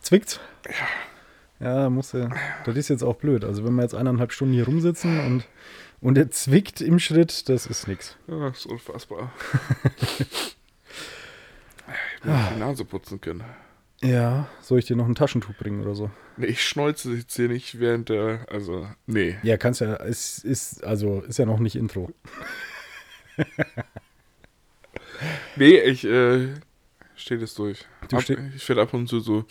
zwickt. Ja, muss ja. Das ist jetzt auch blöd. Also wenn wir jetzt eineinhalb Stunden hier rumsitzen und, und er zwickt im Schritt, das ist nix. Ja, ist unfassbar. ich muss die Nase putzen können. Ja, soll ich dir noch ein Taschentuch bringen oder so? Nee, ich schneuze jetzt hier nicht während der. Also, nee. Ja, kannst ja. Es ist, also ist ja noch nicht Intro. Nee, ich äh, stehe das durch. Du ab, steh- Mhm. ich werde ab und zu so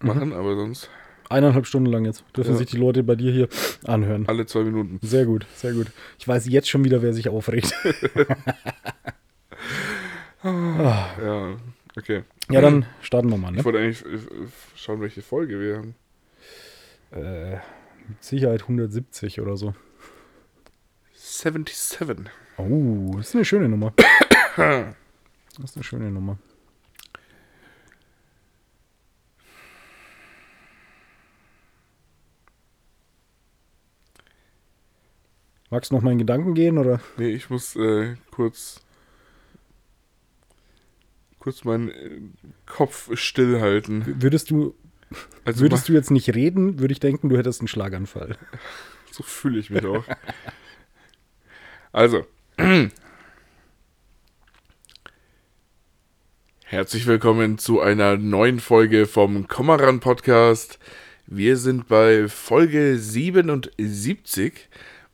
machen, aber sonst Eineinhalb Stunden lang jetzt dürfen Ja. sich die Leute bei dir hier anhören. alle zwei Minuten. Sehr gut, sehr gut. Ich weiß jetzt schon wieder, wer sich aufregt. Ja, okay. Ja, dann starten wir mal, ne? Ich wollte eigentlich äh, schauen, welche Folge wir haben. Äh, mit Sicherheit 170 oder so. 77. Oh, das ist eine schöne Nummer. Das ist eine schöne Nummer. Magst du noch mal in Gedanken gehen oder? Nee, ich muss äh, kurz. kurz meinen äh, Kopf stillhalten. Würdest du, Also, würdest du jetzt nicht reden, würde ich denken, du hättest einen Schlaganfall. mach- so fühle ich mich auch. Also. Herzlich willkommen zu einer neuen Folge vom Kommeran Podcast. Wir sind bei Folge 77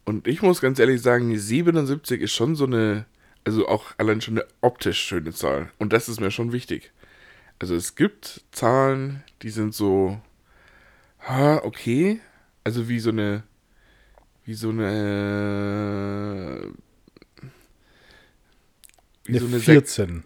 und ich muss ganz ehrlich sagen, 77 ist schon so eine, also auch allein schon eine optisch schöne Zahl und das ist mir schon wichtig. Also es gibt Zahlen, die sind so, ha, okay, also wie so eine, wie so eine, wie Eine so eine Sek- 14.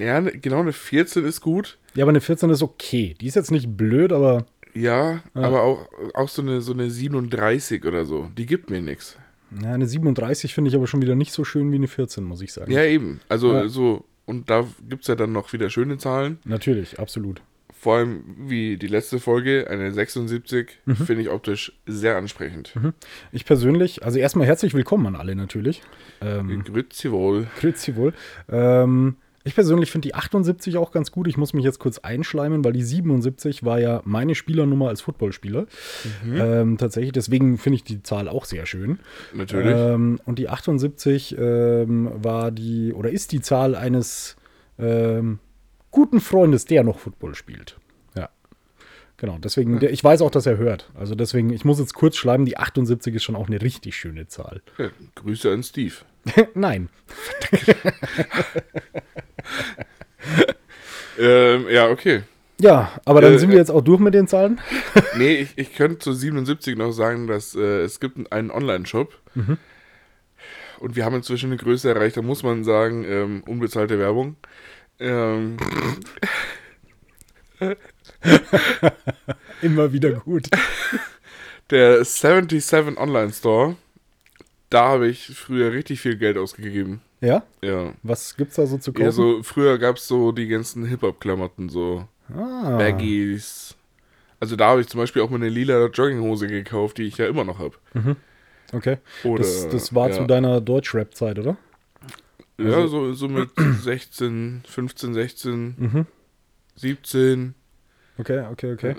ja, ne- genau, eine 14 ist gut. Ja, aber eine 14 ist okay. Die ist jetzt nicht blöd, aber Ja, aber auch, auch so, eine, so eine 37 oder so. Die gibt mir nichts. ja, eine 37 finde ich aber schon wieder nicht so schön wie eine 14, muss ich sagen. Ja, eben. Also Ja. so, und da gibt es ja dann noch wieder schöne Zahlen. Natürlich, absolut. Vor allem wie die letzte Folge, eine 76, finde ich optisch sehr ansprechend. Mhm. Ich persönlich, also erstmal herzlich willkommen an alle natürlich. Mhm. Ähm, Grüezi wohl. Grüezi wohl. Ähm, ich persönlich finde die 78 auch ganz gut. Ich muss mich jetzt kurz einschleimen, weil die 77 war ja meine Spielernummer als Footballspieler. Ähm, tatsächlich, deswegen finde ich die Zahl auch sehr schön. Natürlich. Ähm, und die 78 ähm, war die, oder ist die Zahl eines ähm, guten Freundes, der noch Football spielt. Ja. Genau, deswegen, der, ich weiß auch, dass er hört. Also deswegen, ich muss jetzt kurz schleimen, die 78 ist schon auch eine richtig schöne Zahl. Ja, Grüße an Steve. Nein. Ähm, ja, okay. Ja, aber dann Äh, sind wir jetzt auch durch mit den Zahlen. Nee, ich, ich könnte zu 77 noch sagen, dass äh, es gibt einen Online-Shop. Mhm. Und wir haben inzwischen eine Größe erreicht, da muss man sagen, ähm, unbezahlte Werbung. Ähm, Immer wieder gut. der 77 Online Store, da habe ich früher richtig viel Geld ausgegeben. Ja? Ja. Was gibt's da so zu kaufen? Also früher gab es so die ganzen Hip-Hop-Klamotten, so ah, Baggies. Also da habe ich zum Beispiel auch meine lila Jogginghose gekauft, die ich ja immer noch habe. Okay. Oder- das, das war ja. zu deiner Deutschrap-Zeit, oder? ja, so, Also so mit 16, 15, 16, Mhm. 17. Okay, okay, okay.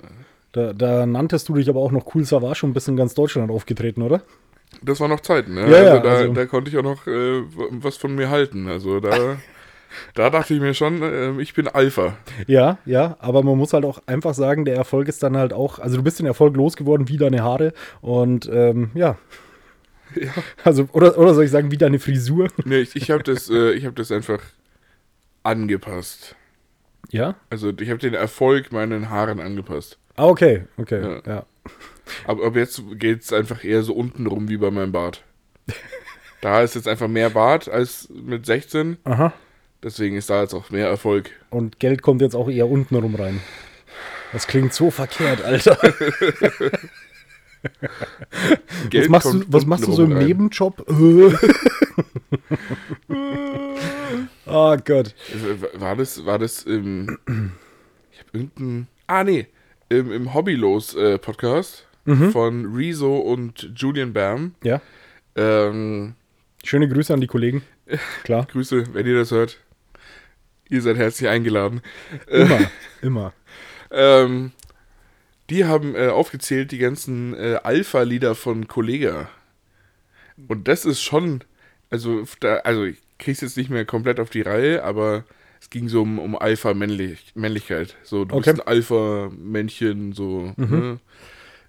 Da, da nanntest du dich aber auch noch cool Savage und bist in ganz Deutschland aufgetreten, oder? Das waren noch Zeiten, ne? Ja, ja, also da, also- da konnte ich auch noch äh, was von mir halten. Also da, da dachte ich mir schon, ähm, ich bin Alpha. Ja, ja, aber man muss halt auch einfach sagen, der Erfolg ist dann halt auch, also du bist den Erfolg losgeworden wie deine Haare und ähm, ja. Ja. Also, oder, oder soll ich sagen, wie deine Frisur? Nee, ich, ich habe das, äh, ich hab das einfach angepasst. Ja. Also ich habe den Erfolg meinen Haaren angepasst. Ah, okay, okay, Ja. ja. Aber, aber jetzt geht es einfach eher so unten rum wie bei meinem Bart. Da ist jetzt einfach mehr Bart als mit 16. Aha. Deswegen ist da jetzt auch mehr Erfolg. Und Geld kommt jetzt auch eher unten rum rein. Das klingt so verkehrt, Alter. was Geld machst, du, kommt was machst du so untenrum im rein. Nebenjob? oh Gott. Äh, War das, war das im. Ich habe irgendeinen. Ah, nee. Im, im Hobbylos-Podcast von Rezo und Julian Bam. Ja. Ähm, Schöne Grüße an die Kollegen. Klar. Grüße, wenn ihr das hört. Äh. Ihr seid herzlich eingeladen. Immer. Immer. Ähm, Die haben äh, aufgezählt die ganzen äh, Alpha-Lieder von Kollega. Und das ist schon, also, da, also ich krieg's jetzt nicht mehr komplett auf die Reihe, aber es ging so um, um Alpha-Männlichkeit. So, du Okay. bist ein Alpha-Männchen, so. Ne?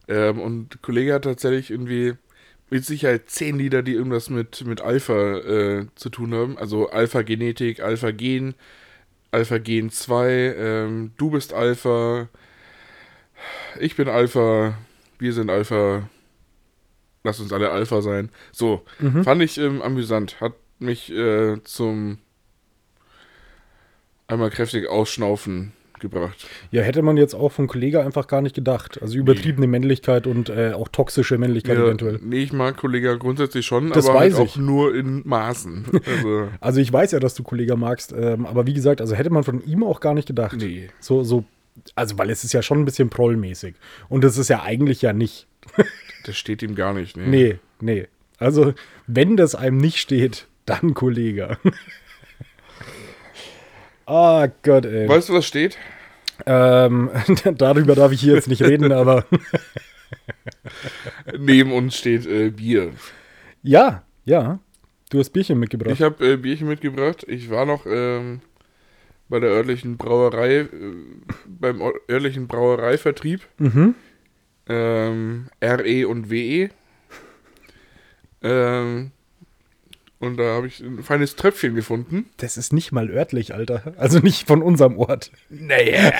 Ähm, und ein Kollege hat tatsächlich irgendwie mit Sicherheit zehn Lieder, die irgendwas mit, mit Alpha äh, zu tun haben. Also Alpha-Genetik, Alpha-Gen, Alpha-Gen 2, ähm, du bist Alpha, ich bin Alpha, wir sind Alpha, lass uns alle Alpha sein. So, Mhm. fand ich ähm, amüsant. Hat mich äh, zum einmal kräftig ausschnaufen gebracht. Ja, hätte man jetzt auch vom Kollegen einfach gar nicht gedacht. Also übertriebene Männlichkeit und äh, auch toxische Männlichkeit eventuell. Nee, ich mag Kollega grundsätzlich schon, Das aber halt weiß ich. auch nur in Maßen. Also, Also ich weiß ja, dass du Kollegen magst, ähm, aber wie gesagt, also hätte man von ihm auch gar nicht gedacht. Nee. So, so, also weil es ist ja schon ein bisschen prollmäßig. Und das ist ja eigentlich ja nicht. das steht ihm gar nicht. Nee. Nee, nee. Also, wenn das einem nicht steht, dann Kollege. Ah Gott, ey. Weißt du, was steht? Ähm, darüber darf ich hier jetzt nicht reden, aber Neben uns steht äh, Bier. ja, ja. Du hast Bierchen mitgebracht. Ich habe äh, Bierchen mitgebracht. Ich war noch ähm, bei der örtlichen Brauerei, äh, beim or- örtlichen Brauereivertrieb. Ähm, RE und WE. ähm, und da habe ich ein feines Tröpfchen gefunden. Das ist nicht mal örtlich, Alter. Also nicht von unserem Ort. Naja.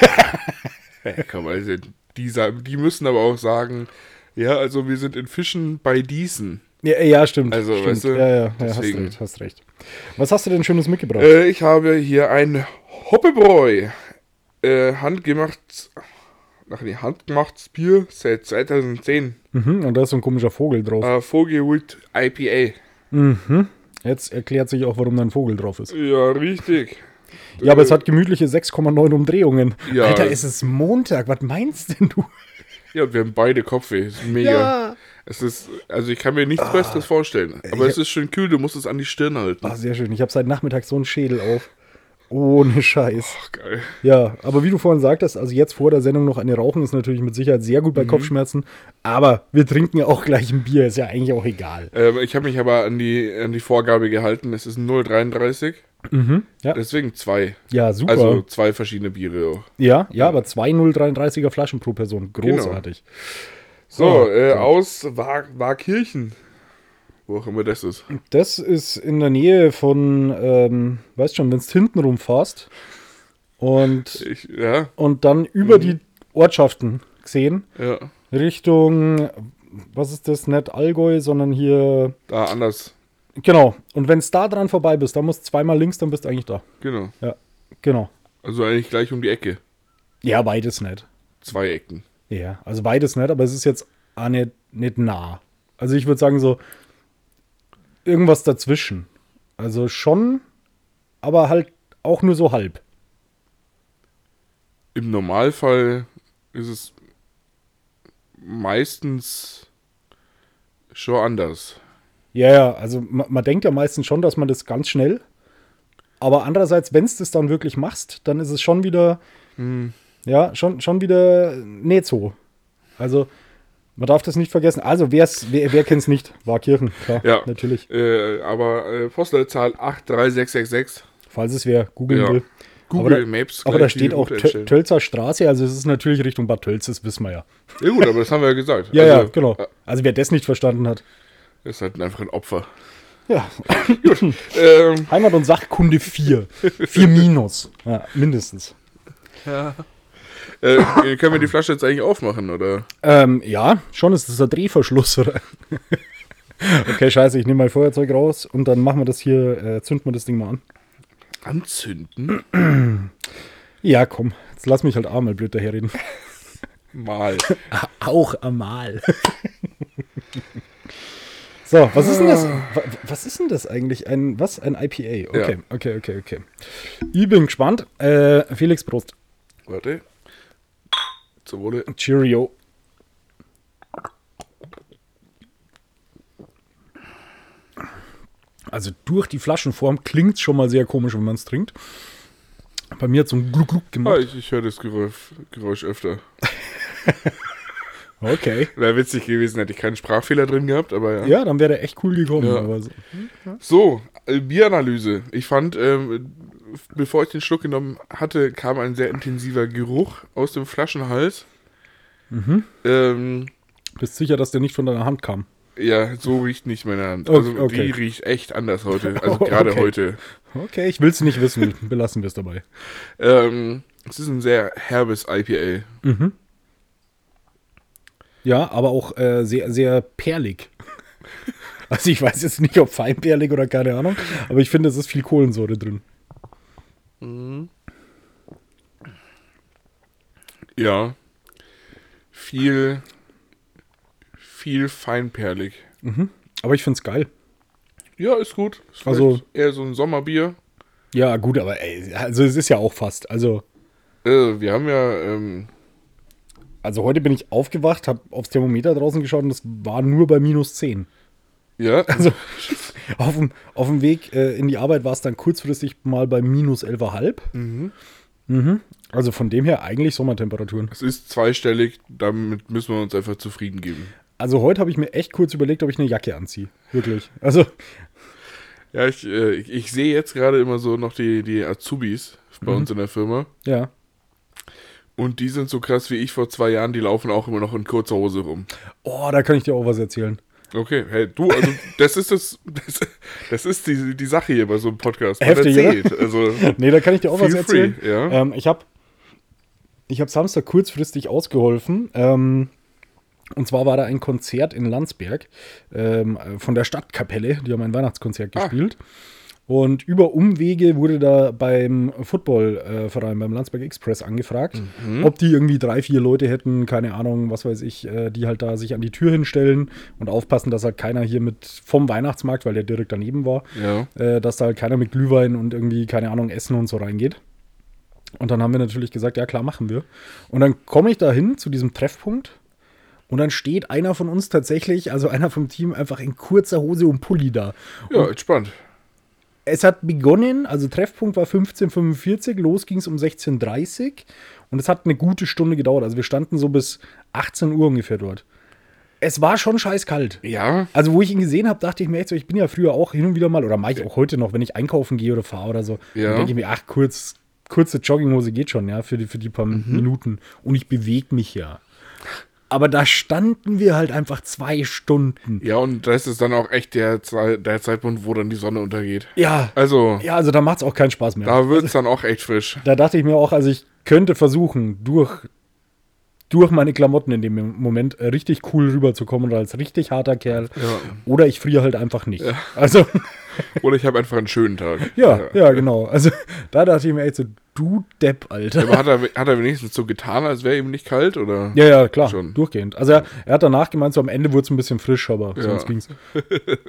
ja, komm, also die, sa- die müssen aber auch sagen, ja, also wir sind in Fischen bei Diesen. Ja, ja stimmt. Also, stimmt. weißt du, ja, ja, ja hast, deswegen. recht, hast recht. Was hast du denn Schönes mitgebracht? Äh, ich habe hier ein Hoppebräu. Äh, handgemacht. Ach nee, handgemachtes Bier seit 2010. Mhm, und da ist so ein komischer Vogel drauf. Äh, Vogelwild IPA. Jetzt erklärt sich auch, warum da ein Vogel drauf ist. Ja, richtig. Ja, aber es hat gemütliche 6,9 Umdrehungen. Ja. Alter, es ist Montag. Was meinst denn du? Ja, und wir haben beide Kopfweh. Das ist mega. Es ist, also ich kann mir Ah. nichts Besseres vorstellen. Aber es ist schön kühl, du musst es an die Stirn halten. Ach, Ah, sehr schön. Ich habe seit Nachmittag so einen Schädel auf. Ohne Scheiß. Ach, geil. Ja, aber wie du vorhin sagtest, also jetzt vor der Sendung noch eine rauchen ist natürlich mit Sicherheit sehr gut bei Mhm. Kopfschmerzen. Aber wir trinken ja auch gleich ein Bier. Ist ja eigentlich auch egal. Ähm, ich habe mich aber an die, an die Vorgabe gehalten. Es ist 0,33. Mhm, ja. Deswegen zwei. Ja, super. Also zwei verschiedene Biere auch. ja, ja, aber 2,033er Flaschen pro Person. Großartig. So, Oh, äh, aus Wa- Warkirchen. Wo auch immer das ist. Das ist in der Nähe von, ähm, weißt schon, wenn du hinten rumfährst und, Ich, ja, und dann über die Ortschaften gesehen, ja. Richtung, was ist das, nicht Allgäu, sondern hier, Da anders. genau. Und wenn es da dran vorbei bist, dann musst du zweimal links, dann bist du eigentlich da. Genau. Ja, genau. Also eigentlich gleich um die Ecke. Ja, beides nicht. Zwei Ecken. Ja, also beides nicht, aber es ist jetzt auch nicht, nicht nah. Also ich würde sagen so, irgendwas dazwischen. Also schon, aber halt auch nur so halb. Im Normalfall ist es meistens schon anders. Ja, ja, also man, man denkt ja meistens schon, dass man das ganz schnell. Aber andererseits, wenn es das dann wirklich machst, dann ist es schon wieder, ja, schon, schon wieder nicht so. Also man darf das nicht vergessen. Also wer's, wer, wer kennt es nicht? Warkirchen, klar, Ja. natürlich. Äh, aber äh, Postleitzahl 83666. Falls es wer googeln Ja. will. Google aber da, Maps Aber gleich da die steht auch Route Tö- erstellen. Tölzer Straße, also es ist natürlich Richtung Bad Tölz, das wissen wir ja. Ja gut, aber das haben wir ja gesagt. Ja, ja, Also, genau. Also wer das nicht verstanden hat. Ist halt einfach ein Opfer. Ja, Ähm, Heimat- und Sachkunde 4. 4 minus. Ja, mindestens. äh, können wir die Flasche jetzt eigentlich aufmachen, oder? Ähm, ja, schon ist das der Drehverschluss, oder? okay, scheiße, ich nehme mein Feuerzeug raus und dann machen wir das hier, äh, zünden wir das Ding mal an. Anzünden? Ja, komm, jetzt lass mich halt einmal blöd daherreden. Mal. Auch einmal. so, was ist denn das? wa- Was ist denn das eigentlich? Ein, was? Ein IPA? Okay, Ja. okay, okay, okay. Ich bin gespannt. Äh, Felix Prost. Warte. Zum Wohle. Cheerio. Also durch die Flaschenform klingt es schon mal sehr komisch, wenn man es trinkt. Bei mir hat so ein Gluck Gluck Ah, gemacht. ich ich höre das Geräusch, Geräusch öfter. Okay. Wäre witzig gewesen, hätte ich keinen Sprachfehler drin gehabt, aber ja. Ja, dann wäre der echt cool gekommen. Ja. Aber so. So, äh, Bieranalyse. Ich fand, ähm, bevor ich den Schluck genommen hatte, kam ein sehr intensiver Geruch aus dem Flaschenhals. Ähm, Bist sicher, dass der nicht von deiner Hand kam? ja, so riecht nicht meine Hand. Oh, Also okay. die riecht echt anders heute. Also Oh, gerade okay. heute. Okay, ich will es nicht wissen. Belassen wir es dabei. Ähm, es ist ein sehr herbes IPA. Ja, aber auch äh, sehr, sehr perlig. Also ich weiß jetzt nicht, ob feinperlig oder keine Ahnung, aber ich finde, es ist viel Kohlensäure drin. Ja. Viel, viel feinperlig. Aber ich finde es geil. Ja, ist gut. Ist vielleicht Also- eher so ein Sommerbier. Ja, gut, aber ey, also es ist ja auch fast. Also, Äh, wir haben ja ähm, also heute bin ich aufgewacht, habe aufs Thermometer draußen geschaut und es war nur bei minus 10. ja, Also auf dem, auf dem Weg äh, in die Arbeit war es dann kurzfristig mal bei minus 11,5. Mhm. Also von dem her eigentlich Sommertemperaturen. es ist zweistellig, damit müssen wir uns einfach zufrieden geben. Also heute habe ich mir echt kurz überlegt, ob ich eine Jacke anziehe. Wirklich. Also Ja, ich, äh, ich, ich sehe jetzt gerade immer so noch die, die Azubis bei uns in der Firma. Ja. Und die sind so krass wie ich vor zwei Jahren, die laufen auch immer noch in kurzer Hose rum. Oh, da kann ich dir auch was erzählen. Okay, hey, du, also das ist das, das, das ist die, die Sache hier bei so einem Podcast. Man Heftig, oder? erzählt. Also, Nee, da kann ich dir auch Feel was free, erzählen. ja. Ähm, ich habe ich hab Samstag kurzfristig ausgeholfen. Ähm, und zwar war da ein Konzert in Landsberg ähm, von der Stadtkapelle. Die haben ein Weihnachtskonzert Ah. gespielt. Und über Umwege wurde da beim Footballverein, beim Landsberg Express angefragt, Mhm. ob die irgendwie drei, vier Leute hätten, keine Ahnung, was weiß ich, äh, die halt da sich an die Tür hinstellen und aufpassen, dass halt keiner hier mit vom Weihnachtsmarkt, weil der direkt daneben war, Ja. äh, dass da halt keiner mit Glühwein und irgendwie, keine Ahnung, Essen und so reingeht. Und dann haben wir natürlich gesagt, ja klar, machen wir. Und dann komme ich da hin zu diesem Treffpunkt und dann steht einer von uns tatsächlich, also einer vom Team, einfach in kurzer Hose und Pulli da. ja, entspannt. Es hat begonnen, also Treffpunkt war 15.45, los ging es um 16.30 und es hat eine gute Stunde gedauert. Also wir standen so bis 18 Uhr ungefähr dort. Es war schon scheiß kalt. Ja, Also, wo ich ihn gesehen habe, dachte ich mir echt so, ich bin ja früher auch hin und wieder mal, oder mache ich auch heute noch, wenn ich einkaufen gehe oder fahre oder so, Ja. dann denke ich mir, ach, kurz, kurze Jogginghose geht schon, ja, für die, für die paar Minuten. Und ich bewege mich ja. Aber da standen wir halt einfach zwei Stunden. ja, und das ist dann auch echt der, Zei- der Zeitpunkt, wo dann die Sonne untergeht. Ja. Also, Ja, also da macht es auch keinen Spaß mehr. da wird es dann auch echt frisch. Da dachte ich mir auch, also ich könnte versuchen, durch, durch meine Klamotten in dem Moment richtig cool rüberzukommen oder als richtig harter Kerl. Oder ich friere halt einfach nicht. Also. Oder ich habe einfach einen schönen Tag. Ja, ja, genau. Also da dachte ich mir echt so, du Depp, Alter. Aber hat er, hat er wenigstens so getan, als wäre ihm nicht kalt, oder? Ja, ja, klar, Schon. durchgehend. Also er, er hat danach gemeint, so am Ende wurde es ein bisschen frisch, aber sonst ging's.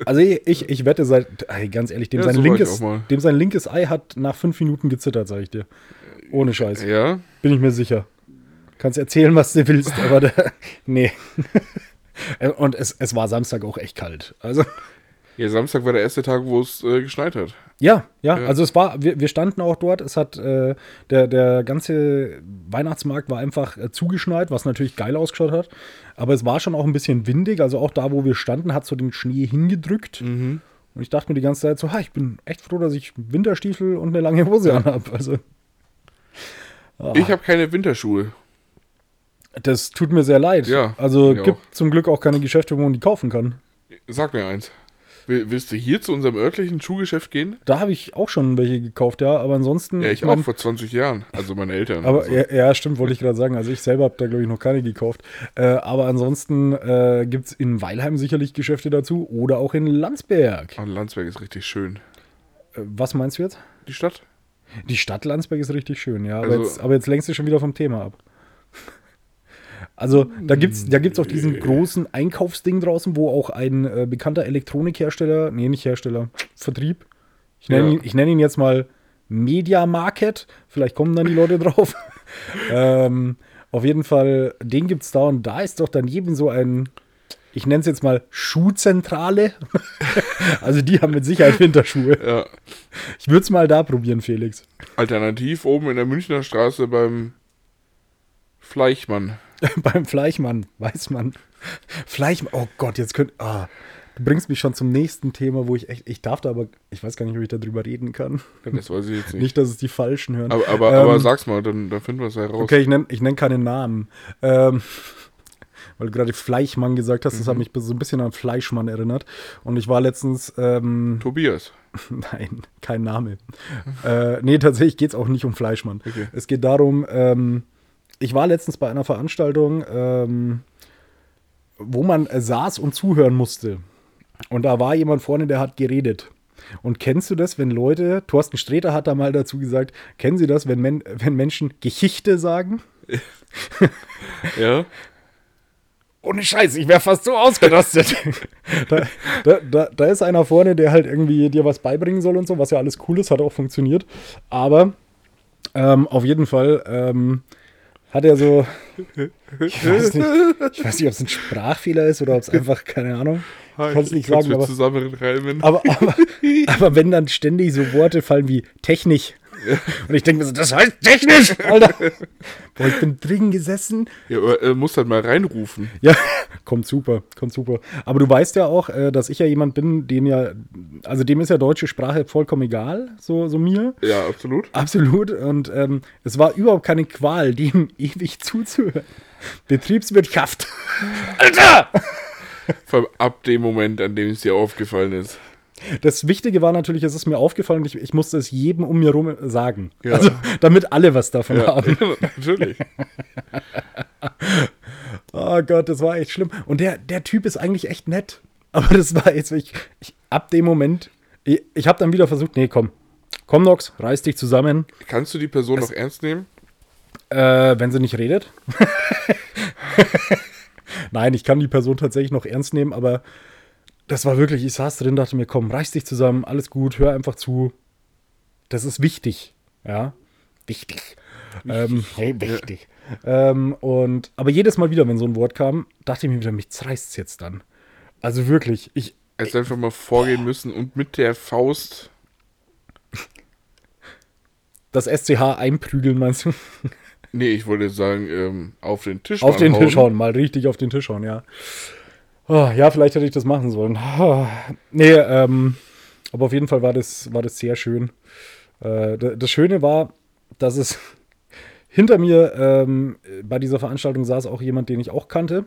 Also ich, ich, ich wette seit, ey, ganz ehrlich, dem, Ja, sein so war ich linkes, auch mal. dem sein linkes Ei hat nach fünf Minuten gezittert, sag ich dir. Ohne Scheiß, Ja? bin ich mir sicher. Kannst erzählen, was du willst, aber da, nee. Äh, Und es, es war Samstag auch echt kalt. Also Ja, Samstag war der erste Tag, wo es äh, geschneit hat. Ja, ja, also es war, wir, wir standen auch dort, es hat, äh, der, der ganze Weihnachtsmarkt war einfach äh, zugeschneit, was natürlich geil ausgeschaut hat, aber es war schon auch ein bisschen windig, also auch da, wo wir standen, hat so den Schnee hingedrückt Mhm. und ich dachte mir die ganze Zeit so, ha, ich bin echt froh, dass ich Winterstiefel und eine lange Hose anhab, also Ah. Ich habe keine Winterschuhe. das tut mir sehr leid, Ja, also mir gibt zum Glück auch keine Geschäfte, wo man die kaufen kann. Sag mir eins. Will, willst du hier zu unserem örtlichen Schuhgeschäft gehen? Da habe ich auch schon welche gekauft, ja, aber ansonsten, Ja, ich mein, auch vor 20 Jahren. Also meine Eltern. Aber also. ja, ja, stimmt, wollte ich gerade sagen. Also ich selber habe da, glaube ich, noch keine gekauft. Äh, aber ansonsten äh, gibt es in Weilheim sicherlich Geschäfte dazu oder auch in Landsberg. Äh, Ah, Landsberg ist richtig schön. was meinst du jetzt? Die Stadt? Die Stadt Landsberg ist richtig schön, ja. Aber, Also- jetzt, aber jetzt lenkst du schon wieder vom Thema ab. Also da gibt es da gibt's auch diesen großen Einkaufsding draußen, wo auch ein äh, bekannter Elektronikhersteller, nee, nicht Hersteller, Vertrieb, ich nenne Ja. ihn, ich nenn ihn jetzt mal Media Market, vielleicht kommen dann die Leute drauf. ähm, auf jeden Fall, den gibt es da und da ist doch daneben so ein, ich nenne es jetzt mal Schuhzentrale. also die haben mit Sicherheit Winterschuhe. Ja. Ich würde es mal da probieren, Felix. Alternativ oben in der Münchner Straße beim Fleischmann. Beim Fleischmann, weiß man. Fleischmann, oh Gott, jetzt könnt. Ah, du bringst mich schon zum nächsten Thema, wo ich echt. Ich darf da aber. Ich weiß gar nicht, ob ich darüber reden kann. Das weiß ich jetzt nicht. Nicht, dass es die Falschen hören. aber aber, aber Ähm, sag's mal, dann, dann finden wir es heraus. Okay, ich nenne ich nenn keine Namen. Ähm, weil du gerade Fleischmann gesagt hast, das Mhm. hat mich so ein bisschen an Fleischmann erinnert. Und ich war letztens. Ähm, Tobias. Nein, kein Name. äh, nee, tatsächlich geht es auch nicht um Fleischmann. Okay. Es geht darum, ähm, ich war letztens bei einer Veranstaltung, ähm, wo man äh, saß und zuhören musste. Und da war jemand vorne, der hat geredet. Und kennst du das, wenn Leute, Thorsten Sträter hat da mal dazu gesagt, kennen Sie das, wenn, Men wenn Menschen Geschichte sagen? Ja? Ohne Scheiß, ich wäre fast so ausgerastet. da, da, da, da ist einer vorne, der halt irgendwie dir was beibringen soll und so, was ja alles cool ist, hat auch funktioniert. Aber ähm, auf jeden Fall ähm, hat er so, ich weiß nicht, ich weiß nicht ob es ein Sprachfehler ist oder ob es einfach, keine Ahnung, ich kann es nicht sagen, aber, zusammenreimen. aber, aber, aber wenn dann ständig so Worte fallen wie technisch. Und ich denke mir so, das heißt technisch, Alter. Boah, ich bin drin gesessen, ja, aber äh, musst halt mal reinrufen. ja, kommt super, kommt super. Aber du weißt ja auch, äh, dass ich ja jemand bin, den ja, also dem ist ja deutsche Sprache vollkommen egal, so, so mir. Ja, absolut. Absolut. Und ähm, es war überhaupt keine Qual, dem ewig zuzuhören. Betriebswirtschaft. Alter! Vor allem ab dem Moment, an dem es dir aufgefallen ist. Das Wichtige war natürlich, es ist mir aufgefallen, ich, ich musste es jedem um mir rum sagen. Ja. Also, damit alle was davon Ja, haben. natürlich. Oh Gott, das war echt schlimm. Und der, der Typ ist eigentlich echt nett. Aber das war jetzt, ich, ich ab dem Moment, ich, ich habe dann wieder versucht, nee, komm, komm Nox, reiß dich zusammen, Kannst du die Person noch ernst nehmen? äh, wenn sie nicht redet. Nein, ich kann die Person tatsächlich noch ernst nehmen, aber das war wirklich, ich saß drin, dachte mir, komm, reiß dich zusammen, alles gut, hör einfach zu. Das ist wichtig, ja. Wichtig. Ähm, hey, wichtig. Ähm, und, aber jedes Mal wieder, wenn so ein Wort kam, dachte ich mir wieder, mich reißt's jetzt dann. Also wirklich, ich, Als einfach mal vorgehen müssen und mit der Faust. das SCH einprügeln, meinst du? Nee, ich wollte sagen, ähm, auf den Tisch Auf den hauen. Tisch hauen, mal richtig auf den Tisch hauen, ja. Ah, ja, vielleicht hätte ich das machen sollen. Ah, nee, ähm, aber auf jeden Fall war das, war das sehr schön. Äh, d- das Schöne war, dass es hinter mir ähm, bei dieser Veranstaltung saß auch jemand, den ich auch kannte.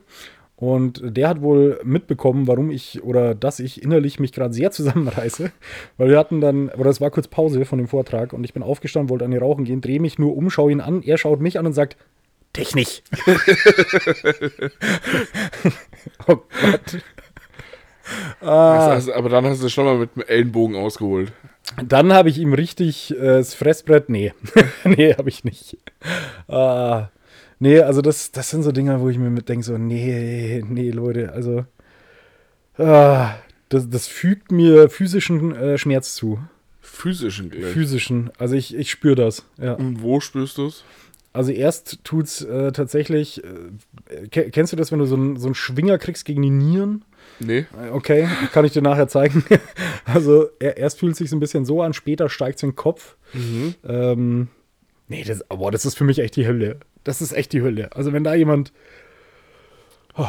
Und der hat wohl mitbekommen, warum ich oder dass ich innerlich mich gerade sehr zusammenreiße. Weil wir hatten dann, oder es war kurz Pause von dem Vortrag und ich bin aufgestanden, wollte an die Rauchen gehen, drehe mich nur um, schaue ihn an, er schaut mich an und sagt, Technik. oh Gott. Das hast, aber dann hast du schon mal mit dem Ellenbogen ausgeholt. Dann habe ich ihm richtig äh, das Fressbrett. Nee, nee, habe ich nicht. Ah, nee, also das, das sind so Dinger, wo ich mir mit denke, so, nee, nee, Leute, also ah, das, das fügt mir physischen äh, Schmerz zu. Physischen Geld. Physischen. Also ich, ich spüre das. Ja. und wo spürst du es? Also erst tut's äh, tatsächlich, äh, ke- kennst du das, wenn du so einen so einen Schwinger kriegst gegen die Nieren? Nee. Okay, kann ich dir nachher zeigen. Also er, erst fühlt es sich ein bisschen so an, später steigt es in den Kopf. Mhm. Ähm, nee, das, boah, das ist für mich echt die Hölle. Das ist echt die Hölle. Also wenn da jemand... Oh,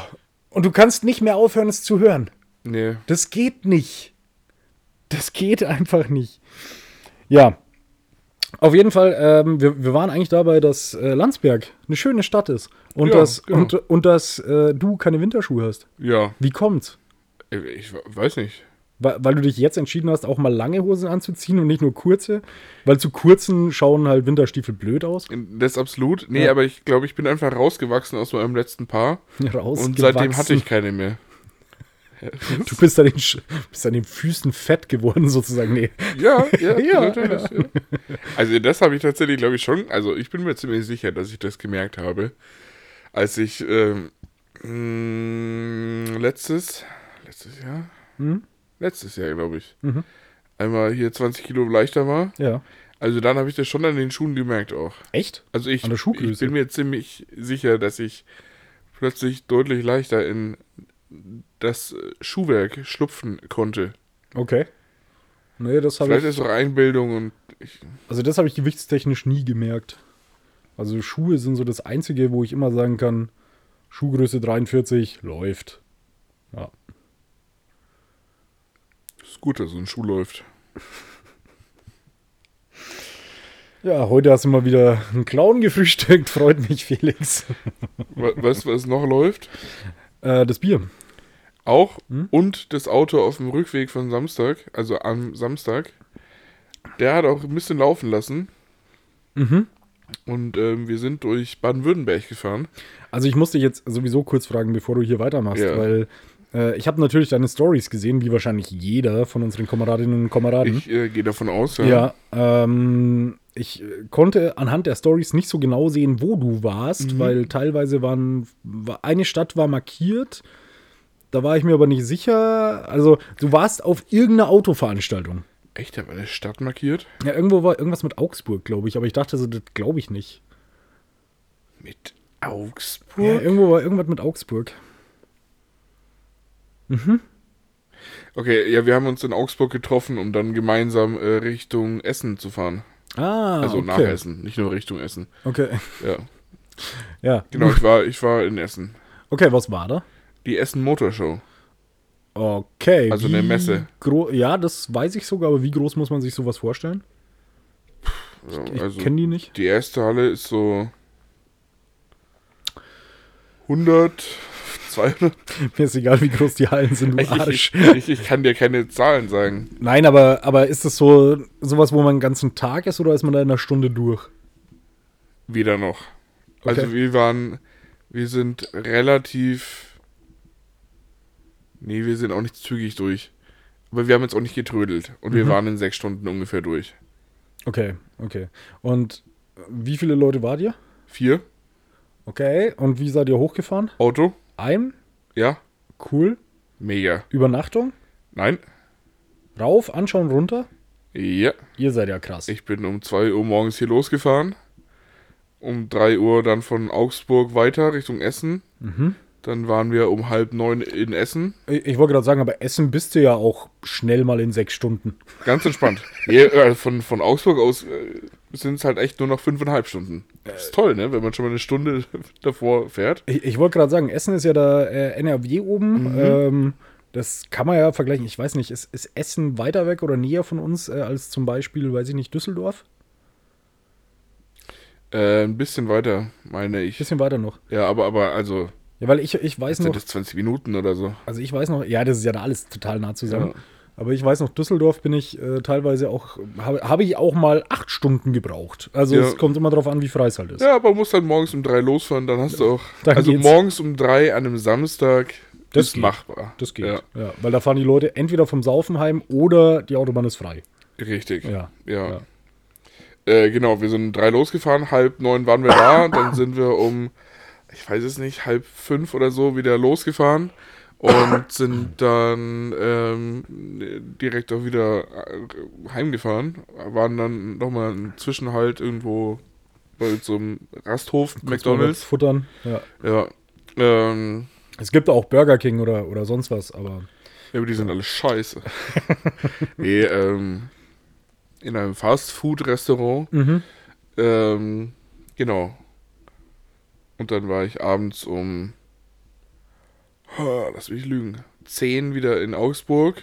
und du kannst nicht mehr aufhören, es zu hören. Nee. Das geht nicht. Das geht einfach nicht. Ja. Auf jeden Fall, ähm, wir, wir waren eigentlich dabei, dass äh, Landsberg eine schöne Stadt ist. Und Ja, dass, genau. und, und dass äh, du keine Winterschuhe hast. Ja. Wie kommt's? Ich weiß nicht. Weil, weil du dich jetzt entschieden hast, auch mal lange Hosen anzuziehen und nicht nur kurze. Weil zu kurzen schauen halt Winterstiefel blöd aus. Das ist absolut. Nee, Ja. aber ich glaube, ich bin einfach rausgewachsen aus meinem letzten Paar. Raus Und seitdem hatte ich keine mehr. Du bist an, den, Sch- bist an den Füßen fett geworden, sozusagen. Nee. Ja, ja, Ja, natürlich. Ja. Also das habe ich tatsächlich, glaube ich, schon. Also ich bin mir ziemlich sicher, dass ich das gemerkt habe, als ich ähm, mh, letztes, letztes Jahr, letztes Jahr, glaube ich, einmal hier 20 Kilo leichter war. Ja. Also dann habe ich das schon an den Schuhen gemerkt auch. Echt? Also ich, An der Schuhgröße. ich bin mir ziemlich sicher, dass ich plötzlich deutlich leichter in das Schuhwerk schlupfen konnte. Okay. Nee, das habe Vielleicht ich. ist auch Einbildung und ich, Also, das habe ich gewichtstechnisch nie gemerkt. Also, Schuhe sind so das Einzige, wo ich immer sagen kann, Schuhgröße 43, läuft. Ja. Ist gut, dass so ein Schuh läuft. Ja, heute hast du mal wieder einen Clown gefrühstückt. Freut mich, Felix. We- Weißt du, was noch läuft? Äh, das Bier. Auch Hm? und das Auto auf dem Rückweg von Samstag, also am Samstag, der hat auch ein bisschen laufen lassen. Mhm. Und ähm, wir sind durch Baden-Württemberg gefahren. Also ich musste jetzt sowieso kurz fragen, bevor du hier weitermachst, Ja. weil äh, ich habe natürlich deine Stories gesehen, wie wahrscheinlich jeder von unseren Kameradinnen und Kameraden. Ich äh, gehe davon aus, Mhm. ja, ähm, ich äh, konnte anhand der Stories nicht so genau sehen, wo du Mhm. warst, weil teilweise waren war- eine Stadt war markiert. Da war ich mir aber nicht sicher. Also du warst auf irgendeiner Autoveranstaltung. Echt, da war eine Stadt markiert? Ja, irgendwo war irgendwas mit Augsburg, glaube ich. Aber ich dachte so, das glaube ich nicht. Mit Ja, Augsburg? irgendwo war irgendwas mit Augsburg. Okay, ja, wir haben uns in Augsburg getroffen, um dann gemeinsam äh, Richtung Essen zu fahren. Ah, Also okay. nach Essen, nicht nur Richtung Essen. Okay, Ja, ja. genau, ich war, ich war in Essen. Okay, was war da? Die Essen Motorshow. Okay. Also eine Messe. gro- Ja, das weiß ich sogar, aber wie groß muss man sich sowas vorstellen? Ja, Ich also kenne die nicht. die erste Halle ist so 100, 200. Mir ist egal, wie groß die Hallen sind, du Arsch. Ich, ich, ich kann dir keine Zahlen sagen. Nein, aber, aber ist das so sowas, wo man den ganzen Tag ist oder ist man da in einer Stunde durch? Weder noch. Also Okay. wir waren, wir sind relativ, nee, wir sind auch nicht zügig durch. Aber wir haben jetzt auch nicht getrödelt. Und Mhm. wir waren in sechs Stunden ungefähr durch. Okay, okay. Und wie viele Leute wart ihr? Vier, Okay. Und wie seid ihr hochgefahren? Auto, Ein? ja, Cool. mega. Übernachtung? Nein, Rauf, anschauen, runter? ja. Ihr seid ja krass. Ich bin um 2 Uhr morgens hier losgefahren. Um 3 Uhr dann von Augsburg weiter Richtung Essen. Mhm. Dann waren wir um halb neun in Essen. Ich, ich wollte gerade sagen, aber Essen bist du ja auch schnell mal in sechs Stunden. Ganz entspannt. nee, äh, von, von Augsburg aus äh, sind es halt echt nur noch fünfeinhalb Stunden. Äh. ist toll, ne? Wenn man schon mal eine Stunde davor fährt. Ich, ich wollte gerade sagen, Essen ist ja da äh, NRW Mhm. oben. Ähm, das kann man ja vergleichen. Ich weiß nicht, ist, ist Essen weiter weg oder näher von uns äh, als zum Beispiel, weiß ich nicht, Düsseldorf? Äh, ein bisschen weiter, meine ich. Bisschen weiter noch. Ja, aber, aber also Ja, weil ich, ich weiß sind noch, das 20 Minuten oder so. also ich weiß noch, ja, das ist ja da alles total nah zusammen. Ja. Aber ich weiß noch, Düsseldorf bin ich äh, teilweise auch, habe hab ich auch mal acht Stunden gebraucht. Also Ja. es kommt immer darauf an, wie frei es halt ist. Ja, aber musst halt morgens um drei losfahren, dann hast du auch. Dann also geht's. morgens um drei an einem Samstag Das ist geht. machbar. Das geht. Ja. Ja. weil da fahren die Leute entweder vom Saufen heim oder die Autobahn ist frei. Richtig. Ja. Ja. Äh, genau, wir sind um drei losgefahren, halb neun waren wir da, dann sind wir um, ich weiß es nicht, halb fünf oder so wieder losgefahren und sind dann ähm, direkt auch wieder äh, heimgefahren, waren dann nochmal einen Zwischenhalt irgendwo bei so einem Rasthof, McDonalds. Futtern. Ja. Ja. Ähm, Es gibt auch Burger King oder, oder sonst was, aber Ja, aber die sind alle scheiße. nee, ähm, in einem Fast-Food-Restaurant. Ähm, genau. Und dann war ich abends um, Ah, lass mich lügen, 10 wieder in Augsburg.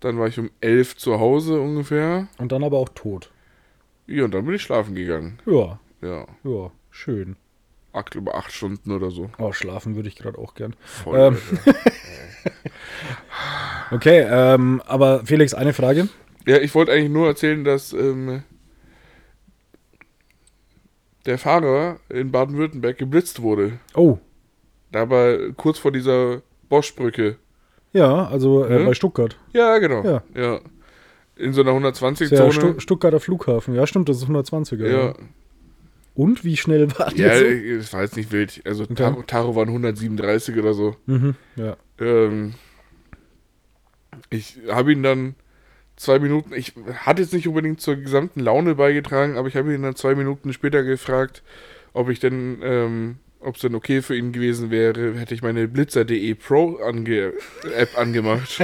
Dann war ich um 11 zu Hause ungefähr. Mhm. und dann aber auch tot. Ja, und dann bin ich schlafen gegangen. Ja, Ja, ja, schön. akt über 8 Stunden oder so. Oh, schlafen würde ich gerade auch gern. Voll. Ähm. Alter. Okay, ähm, aber Felix, eine Frage. Ja, ich wollte eigentlich nur erzählen, dass ähm, der Fahrer in Baden-Württemberg geblitzt wurde. Oh, Dabei kurz vor dieser Bosch-Brücke. ja, also äh, Hm? bei Stuttgart. Ja, genau. Ja. Ja. In so einer Ist ja 120-Zone. Stu Stuttgarter Flughafen. Ja, stimmt, das ist 120er. Ja, Und wie schnell war das? ja, äh, das war jetzt nicht wild. Also Okay. Taro, Taro waren 137 oder so. mhm, ja. Ähm, ich habe ihn dann zwei Minuten, ich hat jetzt nicht unbedingt zur gesamten Laune beigetragen, aber ich habe ihn dann zwei Minuten später gefragt, ob ich denn, ähm, ob es denn okay für ihn gewesen wäre, hätte ich meine Blitzer.de Pro ange App angemacht.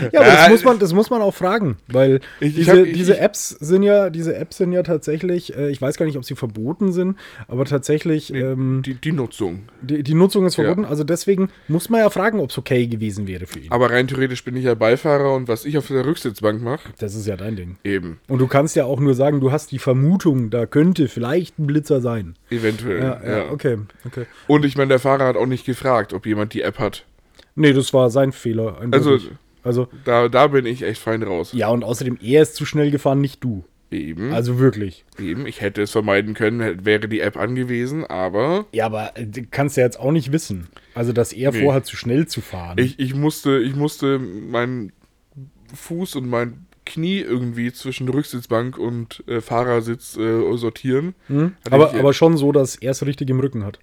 ja, aber Ja, das, muss man, das muss man auch fragen, weil Ich- ich diese, hab- ich- diese ich- Apps sind ja, diese Apps sind ja tatsächlich, äh, ich weiß gar nicht, ob sie verboten sind, aber tatsächlich ähm, Die, die Nutzung. die, die Nutzung ist Ja. verboten. Also deswegen muss man ja fragen, ob es okay gewesen wäre für ihn. Aber rein theoretisch bin ich ja Beifahrer und was ich auf der Rücksitzbank mache, Das ist ja dein Ding. eben, Und du kannst ja auch nur sagen, du hast die Vermutung, da könnte vielleicht ein Blitzer sein. eventuell. Ja, ja, okay, okay. Und ich meine, der Fahrer hat auch nicht gefragt, ob jemand die App hat. Nee, das war sein Fehler. eindeutig. Also- also, Da, da bin ich echt fein raus. ja, und außerdem, er ist zu schnell gefahren, nicht du. Eben, Also wirklich. eben, ich hätte es vermeiden können, hätte- wäre die App angewiesen, aber Ja, aber äh, du kannst ja jetzt auch nicht wissen. Also, dass er Nee. vorhat, zu schnell zu fahren. ich, ich, musste, ich musste meinen Fuß und mein Knie irgendwie zwischen Rücksitzbank und äh, Fahrersitz äh, sortieren. Hatte Hm? aber, ich- aber schon so, dass er es richtig im Rücken hat.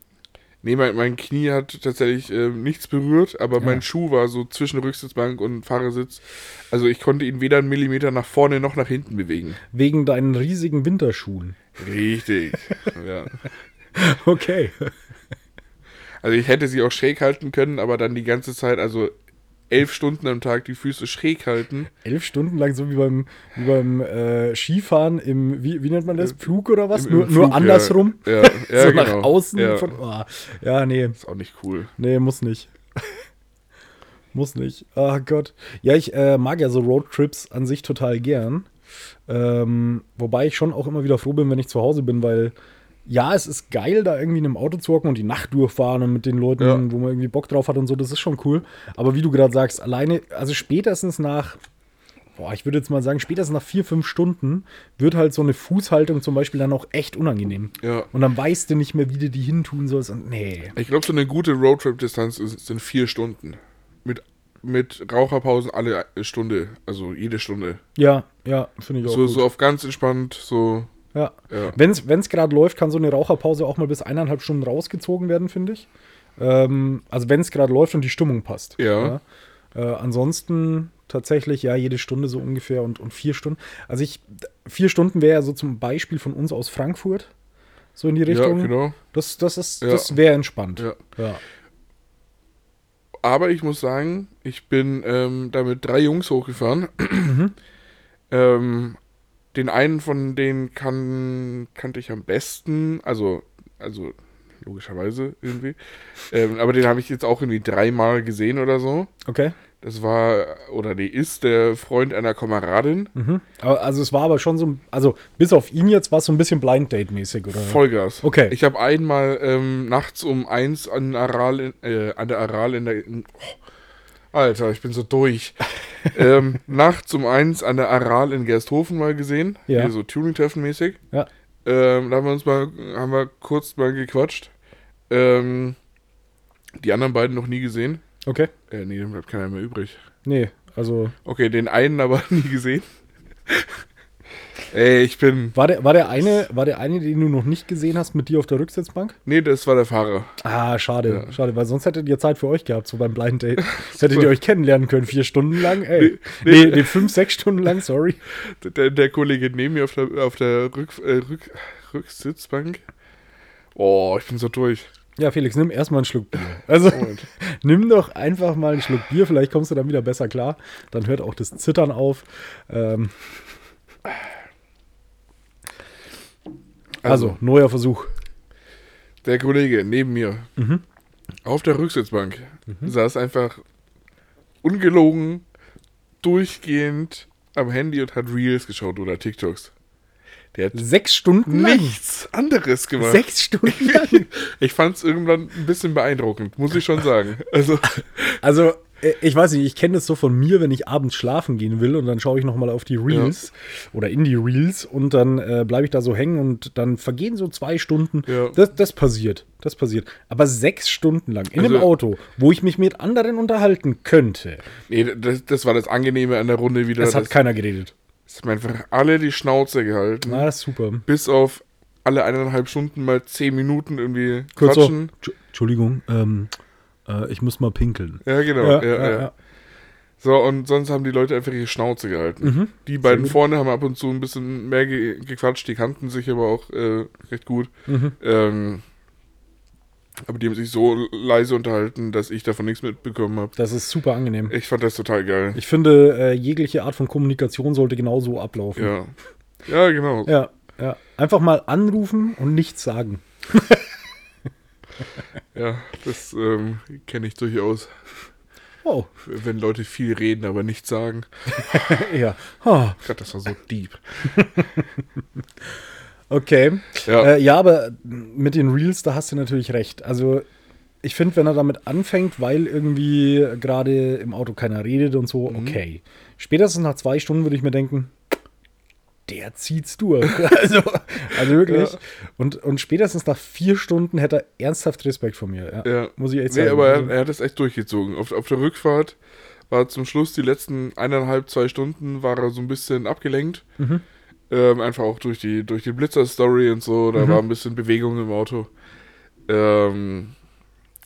Nee, mein, mein Knie hat tatsächlich äh, nichts berührt, aber mein Schuh war so zwischen Rücksitzbank und Fahrersitz. Also ich konnte ihn weder einen Millimeter nach vorne noch nach hinten bewegen. Wegen deinen riesigen Winterschuhen. Richtig. ja. Okay. Also ich hätte sie auch schräg halten können, aber dann die ganze Zeit, also elf Stunden am Tag die Füße schräg halten. Elf Stunden lang, so wie beim, wie beim äh, Skifahren im, wie, wie nennt man das? Flug oder was? Äh, Im- im nur, Flug, nur andersrum? Ja, ja, ja so genau. nach außen. Ja. Von, oh, ja, nee. Ist auch nicht cool. Nee, muss nicht. muss nicht. Ah Gott. Ja, ich äh, mag ja so Roadtrips an sich total gern. Ähm, wobei ich schon auch immer wieder froh bin, wenn ich zu Hause bin, weil ja, es ist geil, da irgendwie in einem Auto zu hocken und die Nacht durchfahren und mit den Leuten, Ja. wo man irgendwie Bock drauf hat und so, das ist schon cool. Aber wie du gerade sagst, alleine, also spätestens nach, boah, ich würde jetzt mal sagen, spätestens nach vier, fünf Stunden wird halt so eine Fußhaltung zum Beispiel dann auch echt unangenehm. Ja. Und dann weißt du nicht mehr, wie du die hintun sollst und nee. Ich glaube, so eine gute Roadtrip-Distanz ist- sind vier Stunden. Mit, mit Raucherpausen alle Stunde, also jede Stunde. Ja, ja, finde ich auch. So, gut. so auf ganz entspannt, so. Ja. Ja. Wenn's Wenn es gerade läuft, kann so eine Raucherpause auch mal bis eineinhalb Stunden rausgezogen werden, finde ich. Ähm, also wenn es gerade läuft und die Stimmung passt. Ja. Ja. Äh, ansonsten tatsächlich, ja, jede Stunde so ungefähr und, und vier Stunden. Also ich, d- vier Stunden wäre ja so zum Beispiel von uns aus Frankfurt, so in die Richtung. Ja, genau. Das, das ist, Ja. das wäre entspannt. Ja. ja. Aber ich muss sagen, ich bin ähm, da mit drei Jungs hochgefahren. ähm, den einen von denen kan kannte ich am besten, also, also logischerweise irgendwie. Ähm, aber den habe ich jetzt auch irgendwie dreimal gesehen oder so. Okay. Das war, oder nee, ist der Freund einer Kameradin. Mhm. Aber, also es war aber schon so, ein- also bis auf ihn jetzt war es so ein bisschen Blind Date-mäßig, oder? Vollgas. Okay. Ich habe einmal ähm, nachts um eins an, Aral in, äh, an der Aral in der. In, oh, Alter, ich bin so durch. ähm, nachts um eins an der Aral in Gersthofen mal gesehen. Ja. Hier so Tuning-Treffen mäßig. Ja. Ähm, da haben wir uns mal, haben wir kurz mal gequatscht. Ähm, die anderen beiden noch nie gesehen. Okay. Äh, nee, dann bleibt keiner mehr übrig. Nee, also Okay, den einen aber nie gesehen. Ey, ich bin. War der, war, der eine, war der eine, den du noch nicht gesehen hast, mit dir auf der Rücksitzbank? Nee, das war der Fahrer. Ah, schade, schade, weil sonst hättet ihr Zeit für euch gehabt, so beim Blind Date. Sonst hättet ihr euch kennenlernen können, vier Stunden lang, ey. Nee, nee, fünf, sechs Stunden lang, sorry. Der, der Kollege neben mir auf der, auf der Rück, äh, Rück, Rücksitzbank. Oh, ich bin so durch. Ja, Felix, nimm erstmal einen Schluck Bier. Also, nimm doch einfach mal einen Schluck Bier, vielleicht kommst du dann wieder besser klar. Dann hört auch das Zittern auf. Ähm, also, neuer Versuch. Der Kollege neben mir Mhm. auf der Rücksitzbank saß einfach ungelogen, durchgehend am Handy und hat Reels geschaut oder TikToks. Der hat Sechs Stunden lang? nichts anderes gemacht. Sechs Stunden lang? Ich fand es irgendwann ein bisschen beeindruckend, muss ich schon sagen. Also, Also, äh, ich weiß nicht, ich kenne das so von mir, wenn ich abends schlafen gehen will und dann schaue ich nochmal auf die Reels oder in die Reels und dann äh, bleibe ich da so hängen und dann vergehen so zwei Stunden. Ja. Das, das passiert, das passiert. Aber sechs Stunden lang in einem Also- Auto, wo ich mich mit anderen unterhalten könnte, nee, das, das war das Angenehme an der Runde wieder. das hat dass- keiner geredet. dass mir einfach alle die Schnauze gehalten. Na, das ist super. bis auf alle eineinhalb Stunden mal zehn Minuten irgendwie Kurz so, quatschen. Entschu- Entschuldigung, ähm, äh, ich muss mal pinkeln. Ja, genau. Ja, ja, ja. So, und sonst haben die Leute einfach ihre Schnauze gehalten. Mhm. Die beiden vorne haben ab und zu ein bisschen mehr Mhm. ge gequatscht, die kannten sich aber auch äh, recht gut. Ähm, Aber die haben sich so leise unterhalten, dass ich davon nichts mitbekommen habe. Das ist super angenehm. Ich fand das total geil. Ich finde, äh, jegliche Art von Kommunikation sollte genauso ablaufen. Ja. Ja, genau. Ja, ja. Einfach mal anrufen und nichts sagen. Ja, das ähm, kenne ich durchaus. Oh, Wenn Leute viel reden, aber nichts sagen. ja. Ha. Gott, das war so deep. Okay. Ja. Äh, ja, aber mit den Reels, da hast du natürlich recht. Also, ich finde, wenn er damit anfängt, weil irgendwie gerade im Auto keiner redet und so, okay. Spätestens nach zwei Stunden würde ich mir denken, der zieht's durch. also, also wirklich. Ja. Und, und spätestens nach vier Stunden hätte er ernsthaft Respekt von mir. Ja. Ja. Muss ich echt Nee, sagen. Also aber er, er hat es echt durchgezogen. Auf, auf der Rückfahrt war zum Schluss die letzten eineinhalb, zwei Stunden war er so ein bisschen abgelenkt. Mhm. Ähm, einfach auch durch die, durch die Blitzer-Story und so. Mhm. Da war ein bisschen Bewegung im Auto. Ähm,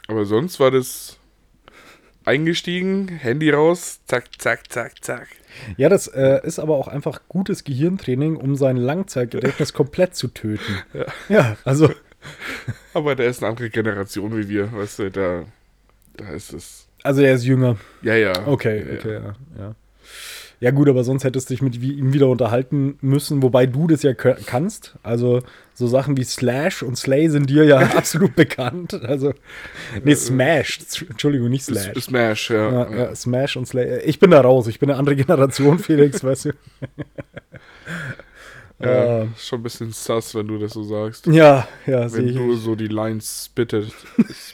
aber sonst war das eingestiegen, Handy raus, zack, zack, zack, zack. ja, das äh, ist aber auch einfach gutes Gehirntraining, um sein Langzeitgedächtnis komplett zu töten. Ja, ja also. Aber der ist eine andere Generation wie wir, weißt du, da, da ist es. Also er ist jünger. Ja, ja. Okay, ja, okay, ja. ja. Ja gut, aber sonst hättest du dich mit wie- ihm wieder unterhalten müssen, wobei du das ja kö- kannst. Also so Sachen wie Slash und Slay sind dir ja absolut bekannt. Also nee, Smash, Z- Entschuldigung, nicht Ja. Slash. Äh, Smash, ja. Ja, ja, Smash und Slay. Ich bin da raus, ich bin eine andere Generation, Felix, weißt du. Ja, Äh, schon ein bisschen sus, wenn du das so sagst. ja, ja, sehe Wenn du ich, so die Lines spittest.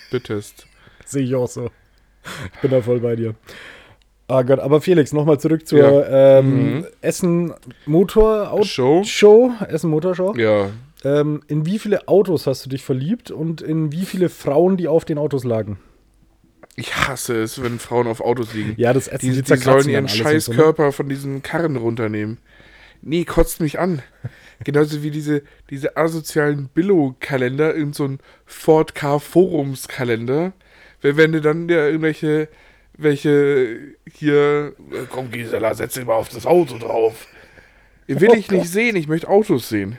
spittest. seh ich auch so. Ich bin da voll bei dir. Ah Gott, aber Felix, nochmal zurück zur ähm, Mhm. Essen Motor Auto Show? Show, Essen Motorshow. Ja. Ähm, in wie viele Autos hast du dich verliebt und in wie viele Frauen, die auf den Autos lagen? Ich hasse es, wenn Frauen auf Autos liegen. Ja, das Ätzen, die, die die, zerkratzen dann sollen ihren alles und so, ne? Scheißkörper von diesen Karren runternehmen. Nee, kotzt mich an. Genauso wie diese, diese asozialen Billo-Kalender, irgend so ein Ford Car Forums-Kalender. Wenn, wenn du dann ja irgendwelche, welche hier, äh, komm Gisela, setz dich mal auf das Auto drauf. Will Oh ich nicht sehen, ich möchte Autos sehen.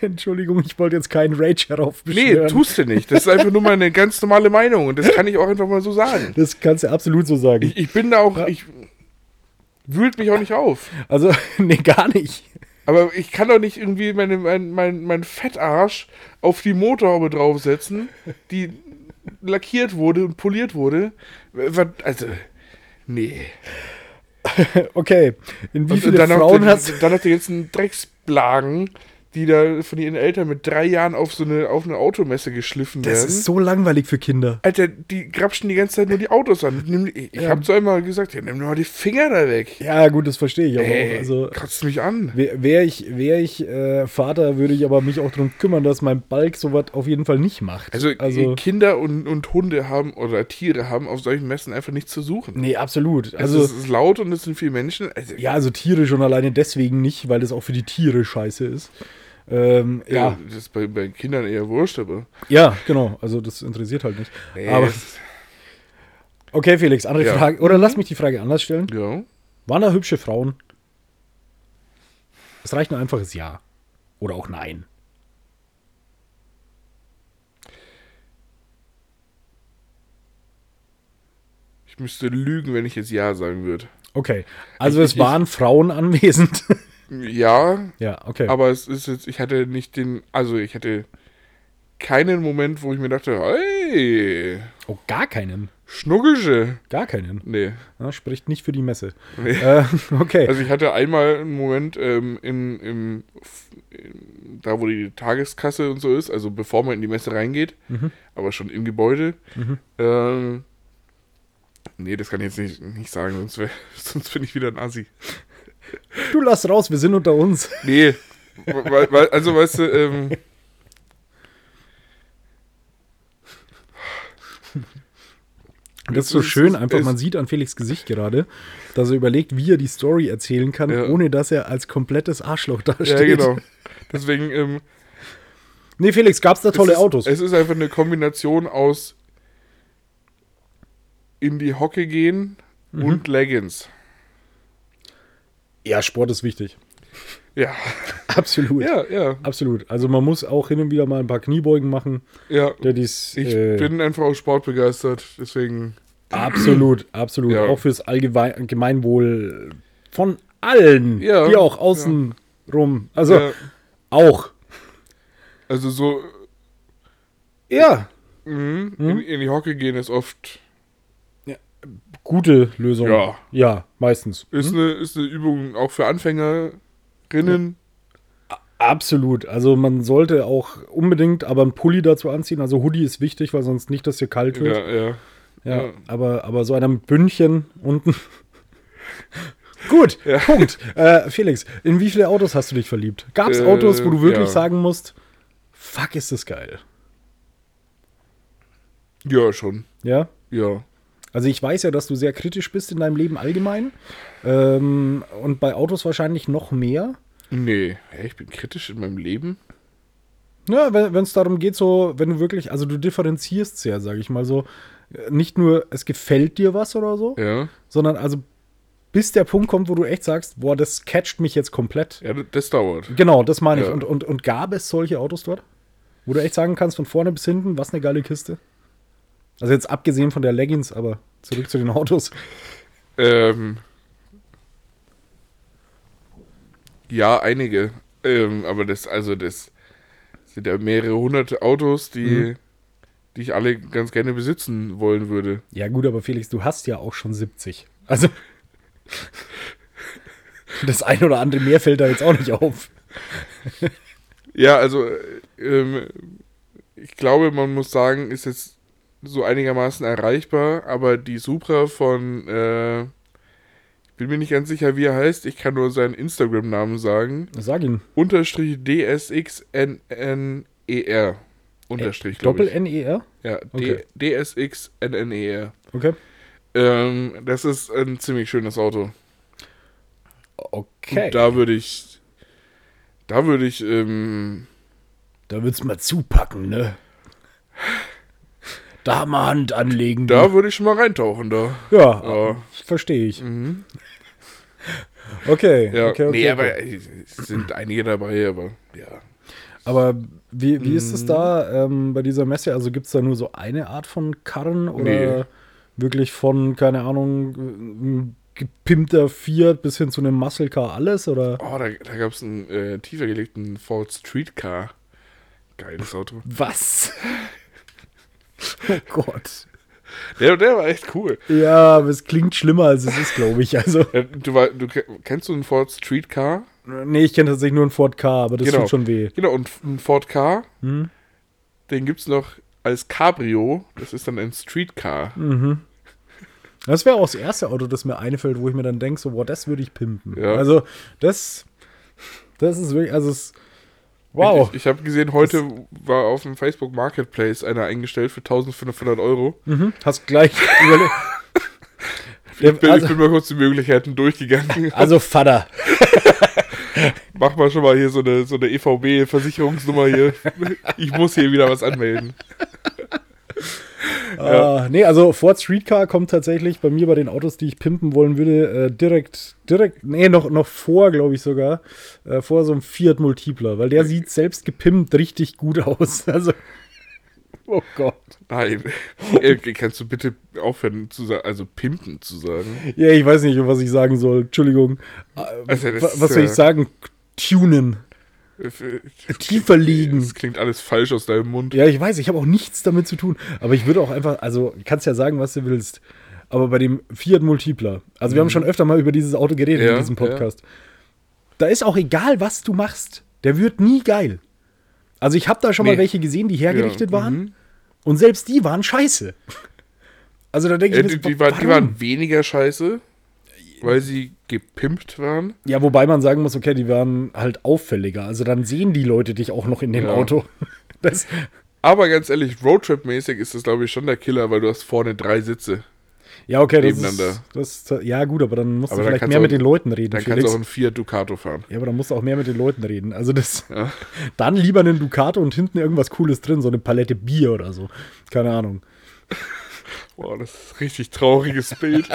Entschuldigung, ich wollte jetzt keinen Rage Nee, heraufbeschwören. tust du nicht. Das ist einfach nur meine ganz normale Meinung und das kann ich auch einfach mal so sagen. Das kannst du absolut so sagen. Ich, ich bin da auch, ich wühlt mich auch nicht auf. Also, nee, gar nicht. Aber ich kann doch nicht irgendwie meinen mein, mein, mein Fettarsch auf die Motorhaube draufsetzen, die lackiert wurde und poliert wurde. Was- Also, nee. Okay, in wie Und viele dann noch Frauen den- hast du... Dann hat er jetzt einen Drecksblagen, die da von ihren Eltern mit drei Jahren auf so eine, auf eine Automesse geschliffen Das werden. ist so langweilig für Kinder. Alter, die grapschen die ganze Zeit nur die Autos an. Nimm, ich ich Ja. hab zu einmal gesagt, ja, nimm nur mal die Finger da weg. Ja, gut, das verstehe ich. Aber Ey, auch. also, kotzt mich an. wäre wär ich, wär ich äh, Vater, würde ich aber mich auch darum kümmern, dass mein Balk sowas auf jeden Fall nicht macht. Also, Kinder und, und Hunde haben oder Tiere haben auf solchen Messen einfach nichts zu suchen. nee, absolut. Also, Also, es ist laut und es sind viele Menschen. Also, ja, also Tiere schon alleine deswegen nicht, weil das auch für die Tiere scheiße ist. Ähm, äh, ja, Das ist bei, bei Kindern eher wurscht, aber. Ja, genau. Also das interessiert halt nicht. Nee, Aber es- okay, Felix, andere Ja. Frage. Oder lass mich die Frage anders stellen. ja. Waren da hübsche Frauen? Es reicht ein einfaches Ja. Oder auch Nein. Ich müsste lügen, wenn ich jetzt Ja sagen würde. Okay. Also Ich- es ich- waren Frauen anwesend. Ja, ja, okay. aber es ist jetzt, ich hatte nicht den, also ich hatte keinen Moment, wo ich mir dachte, hey, oh, gar keinen. Schnuckische. Gar keinen. Nee. Ja, spricht nicht für die Messe. Nee. Äh, okay. Also ich hatte einmal einen Moment ähm, im, im, F- im, da wo die Tageskasse und so ist, also bevor man in die Messe reingeht, Mhm. aber schon im Gebäude. Ähm, nee, das kann ich jetzt nicht, nicht sagen, sonst, wär, sonst bin ich wieder ein Assi. Also- Du lass raus, wir sind unter uns. Nee, weil, weil, also weißt du, ähm, Das ist so Es ist- schön, es einfach, ist- man sieht an Felix Gesicht gerade, dass er überlegt, wie er die Story erzählen kann, Ja. ohne dass er als komplettes Arschloch dasteht. ja genau. Deswegen, ähm, Nee, Felix, gab's da tolle es ist, Autos? Es ist einfach eine Kombination aus in die Hocke Mhm. gehen und Leggings. Ja, Sport ist wichtig. Ja, Absolut. ja, ja, Absolut. Also man muss auch hin und wieder mal ein paar Kniebeugen machen. ja. Der dies, Ich äh, bin einfach auch sportbegeistert, deswegen. absolut, absolut. Ja. Auch fürs Allgemein- Allgemeinwohl von allen, Ja. die auch außen rum. Also Ja, auch. also so Ja. mhm, Hm? In, in die Hocke gehen ist oft. Gute Lösung. Ja. ja meistens. Ist, eine, ist eine Übung auch für Anfängerinnen. Absolut. Also man sollte auch unbedingt aber einen Pulli dazu anziehen. Also Hoodie ist wichtig, weil sonst nicht, dass dir kalt wird. Ja, ja. Ja. ja. Aber, aber so einer mit Bündchen unten. Gut, Ja. Punkt. Äh, Felix, in wie viele Autos hast du dich verliebt? Gab es Äh, Autos, wo du wirklich ja. sagen musst, fuck, ist das geil? Ja, schon. Ja? Ja. Also ich weiß ja, dass du sehr kritisch bist in deinem Leben allgemein. Ähm, und bei Autos wahrscheinlich noch mehr. Nee. Hä, ich bin kritisch in meinem Leben. Ja, wenn es darum geht, so, wenn du wirklich, also du differenzierst sehr, sage ich mal so, äh, nicht nur, es gefällt dir was oder so, Ja. sondern also bis der Punkt kommt, wo du echt sagst, boah, das catcht mich jetzt komplett. Ja, das, das dauert. Genau, das meine ich. Ja. Und, und, und gab es solche Autos dort? Wo du echt sagen kannst, von vorne bis hinten, was eine geile Kiste. Also jetzt abgesehen von der Leggings, aber zurück zu den Autos. Ähm. Ja, einige. Ähm, aber das, also das sind ja mehrere hundert Autos, die, Mhm. die ich alle ganz gerne besitzen wollen würde. Ja gut, aber Felix, du hast ja auch schon 70. Also das ein oder andere mehr fällt da jetzt auch nicht auf. Ja, also äh, ähm, ich glaube, man muss sagen, ist jetzt so einigermaßen erreichbar, aber die Supra von, äh, ich bin mir nicht ganz sicher, wie er heißt, ich kann nur seinen Instagram-Namen sagen, Sag ihn. unterstrich DSXNNER. E Unterstrich, glaube ich. Doppel-NER? Ja, Okay. D DSXNNER. Okay. E Ähm, das ist ein ziemlich schönes Auto. Okay. Und da würde ich, da würde ich, ähm, Da wird's mal zupacken, ne? Da haben wir Hand anlegen. du. da Oh. würde ich schon mal reintauchen da. ja, Ja. verstehe ich. Okay, Mhm. Ja, okay, okay. nee, aber okay. äh, es sind einige dabei, aber ja. aber wie, wie Mhm. ist es da ähm, bei dieser Messe? Also gibt es da nur so eine Art von Karren oder Nee. wirklich von, keine Ahnung, ein gepimpter Fiat bis hin zu einem Muscle Car alles? Oder Oh, da, da gab es einen äh, tiefer gelegten Ford Streetcar. Geiles Auto. was? oh Gott. Der, der war echt cool. Ja, aber es klingt schlimmer, als es ist, glaube ich. Also, Äh, Du, war, du ke- kennst du einen Ford Streetcar? nee, ich kenne tatsächlich nur einen Ford Car, aber das Genau. tut schon weh. Genau, und f- ein Ford Car, Hm? den gibt es noch als Cabrio. Das ist dann ein Streetcar. Hm. Das wäre auch das erste Auto, das mir einfällt, wo ich mir dann denke, so, boah, das würde ich pimpen. Ja. Also, das, das ist wirklich, also, es, wow. Ich, ich habe gesehen, heute war auf dem Facebook Marketplace einer eingestellt für 1500 Euro. mhm. Hast gleich überlegt. Ich bin, Der- ich also, bin mal kurz die Möglichkeiten durchgegangen. also, Vater, Mach mal schon mal hier so eine, so eine EVB-Versicherungsnummer hier. Ich muss hier wieder was anmelden. Ah, nee, also Ford Streetcar kommt tatsächlich bei mir bei den Autos, die ich pimpen wollen würde, äh, direkt, direkt, nee, noch, noch vor, glaube ich sogar, äh, vor so einem Fiat Multipler, weil der sieht selbst gepimpt richtig gut aus. Also, oh Gott. Nein. Äh, Kannst du bitte aufhören zu sagen, also pimpen zu sagen? Ja, ich weiß nicht, was ich sagen soll. Entschuldigung. Äh, Also, das wa- ist, was soll äh, ich sagen? Tunen. Tiefer liegen. Das klingt alles falsch aus deinem Mund. Ja, ich weiß, ich habe auch nichts damit zu tun. Aber ich würde auch einfach, also kannst ja sagen, was du willst. Aber bei dem Fiat Multipler, also wir haben schon öfter mal über dieses Auto geredet Mhm. Ja, in diesem Podcast. Da ist auch egal, was du machst, der wird nie geil. Also ich habe da schon mal Nee. welche gesehen, die hergerichtet Ja, Mhm. waren. Und selbst die waren scheiße. Also da denke Äh, ich, die, mir so, die, war, die warum? waren weniger scheiße, weil sie gepimpt waren. Ja, wobei man sagen muss, okay, die waren halt auffälliger. Also dann sehen die Leute dich auch noch in dem Ja. Auto. Das, Aber ganz ehrlich, Roadtrip-mäßig ist das, glaube ich, schon der Killer, weil du hast vorne drei Sitze. ja, okay, das ist, Nebeneinander. das ist. Ja, gut, aber dann musst du Aber dann vielleicht kannst mehr du mit auch- den Leuten reden, Dann kannst Felix. du auch einen Fiat Ducato fahren. ja, aber dann musst du auch mehr mit den Leuten reden. Also das. Ja. Dann lieber einen Ducato und hinten irgendwas Cooles drin, so eine Palette Bier oder so. Keine Ahnung. Boah, das ist ein richtig trauriges Bild.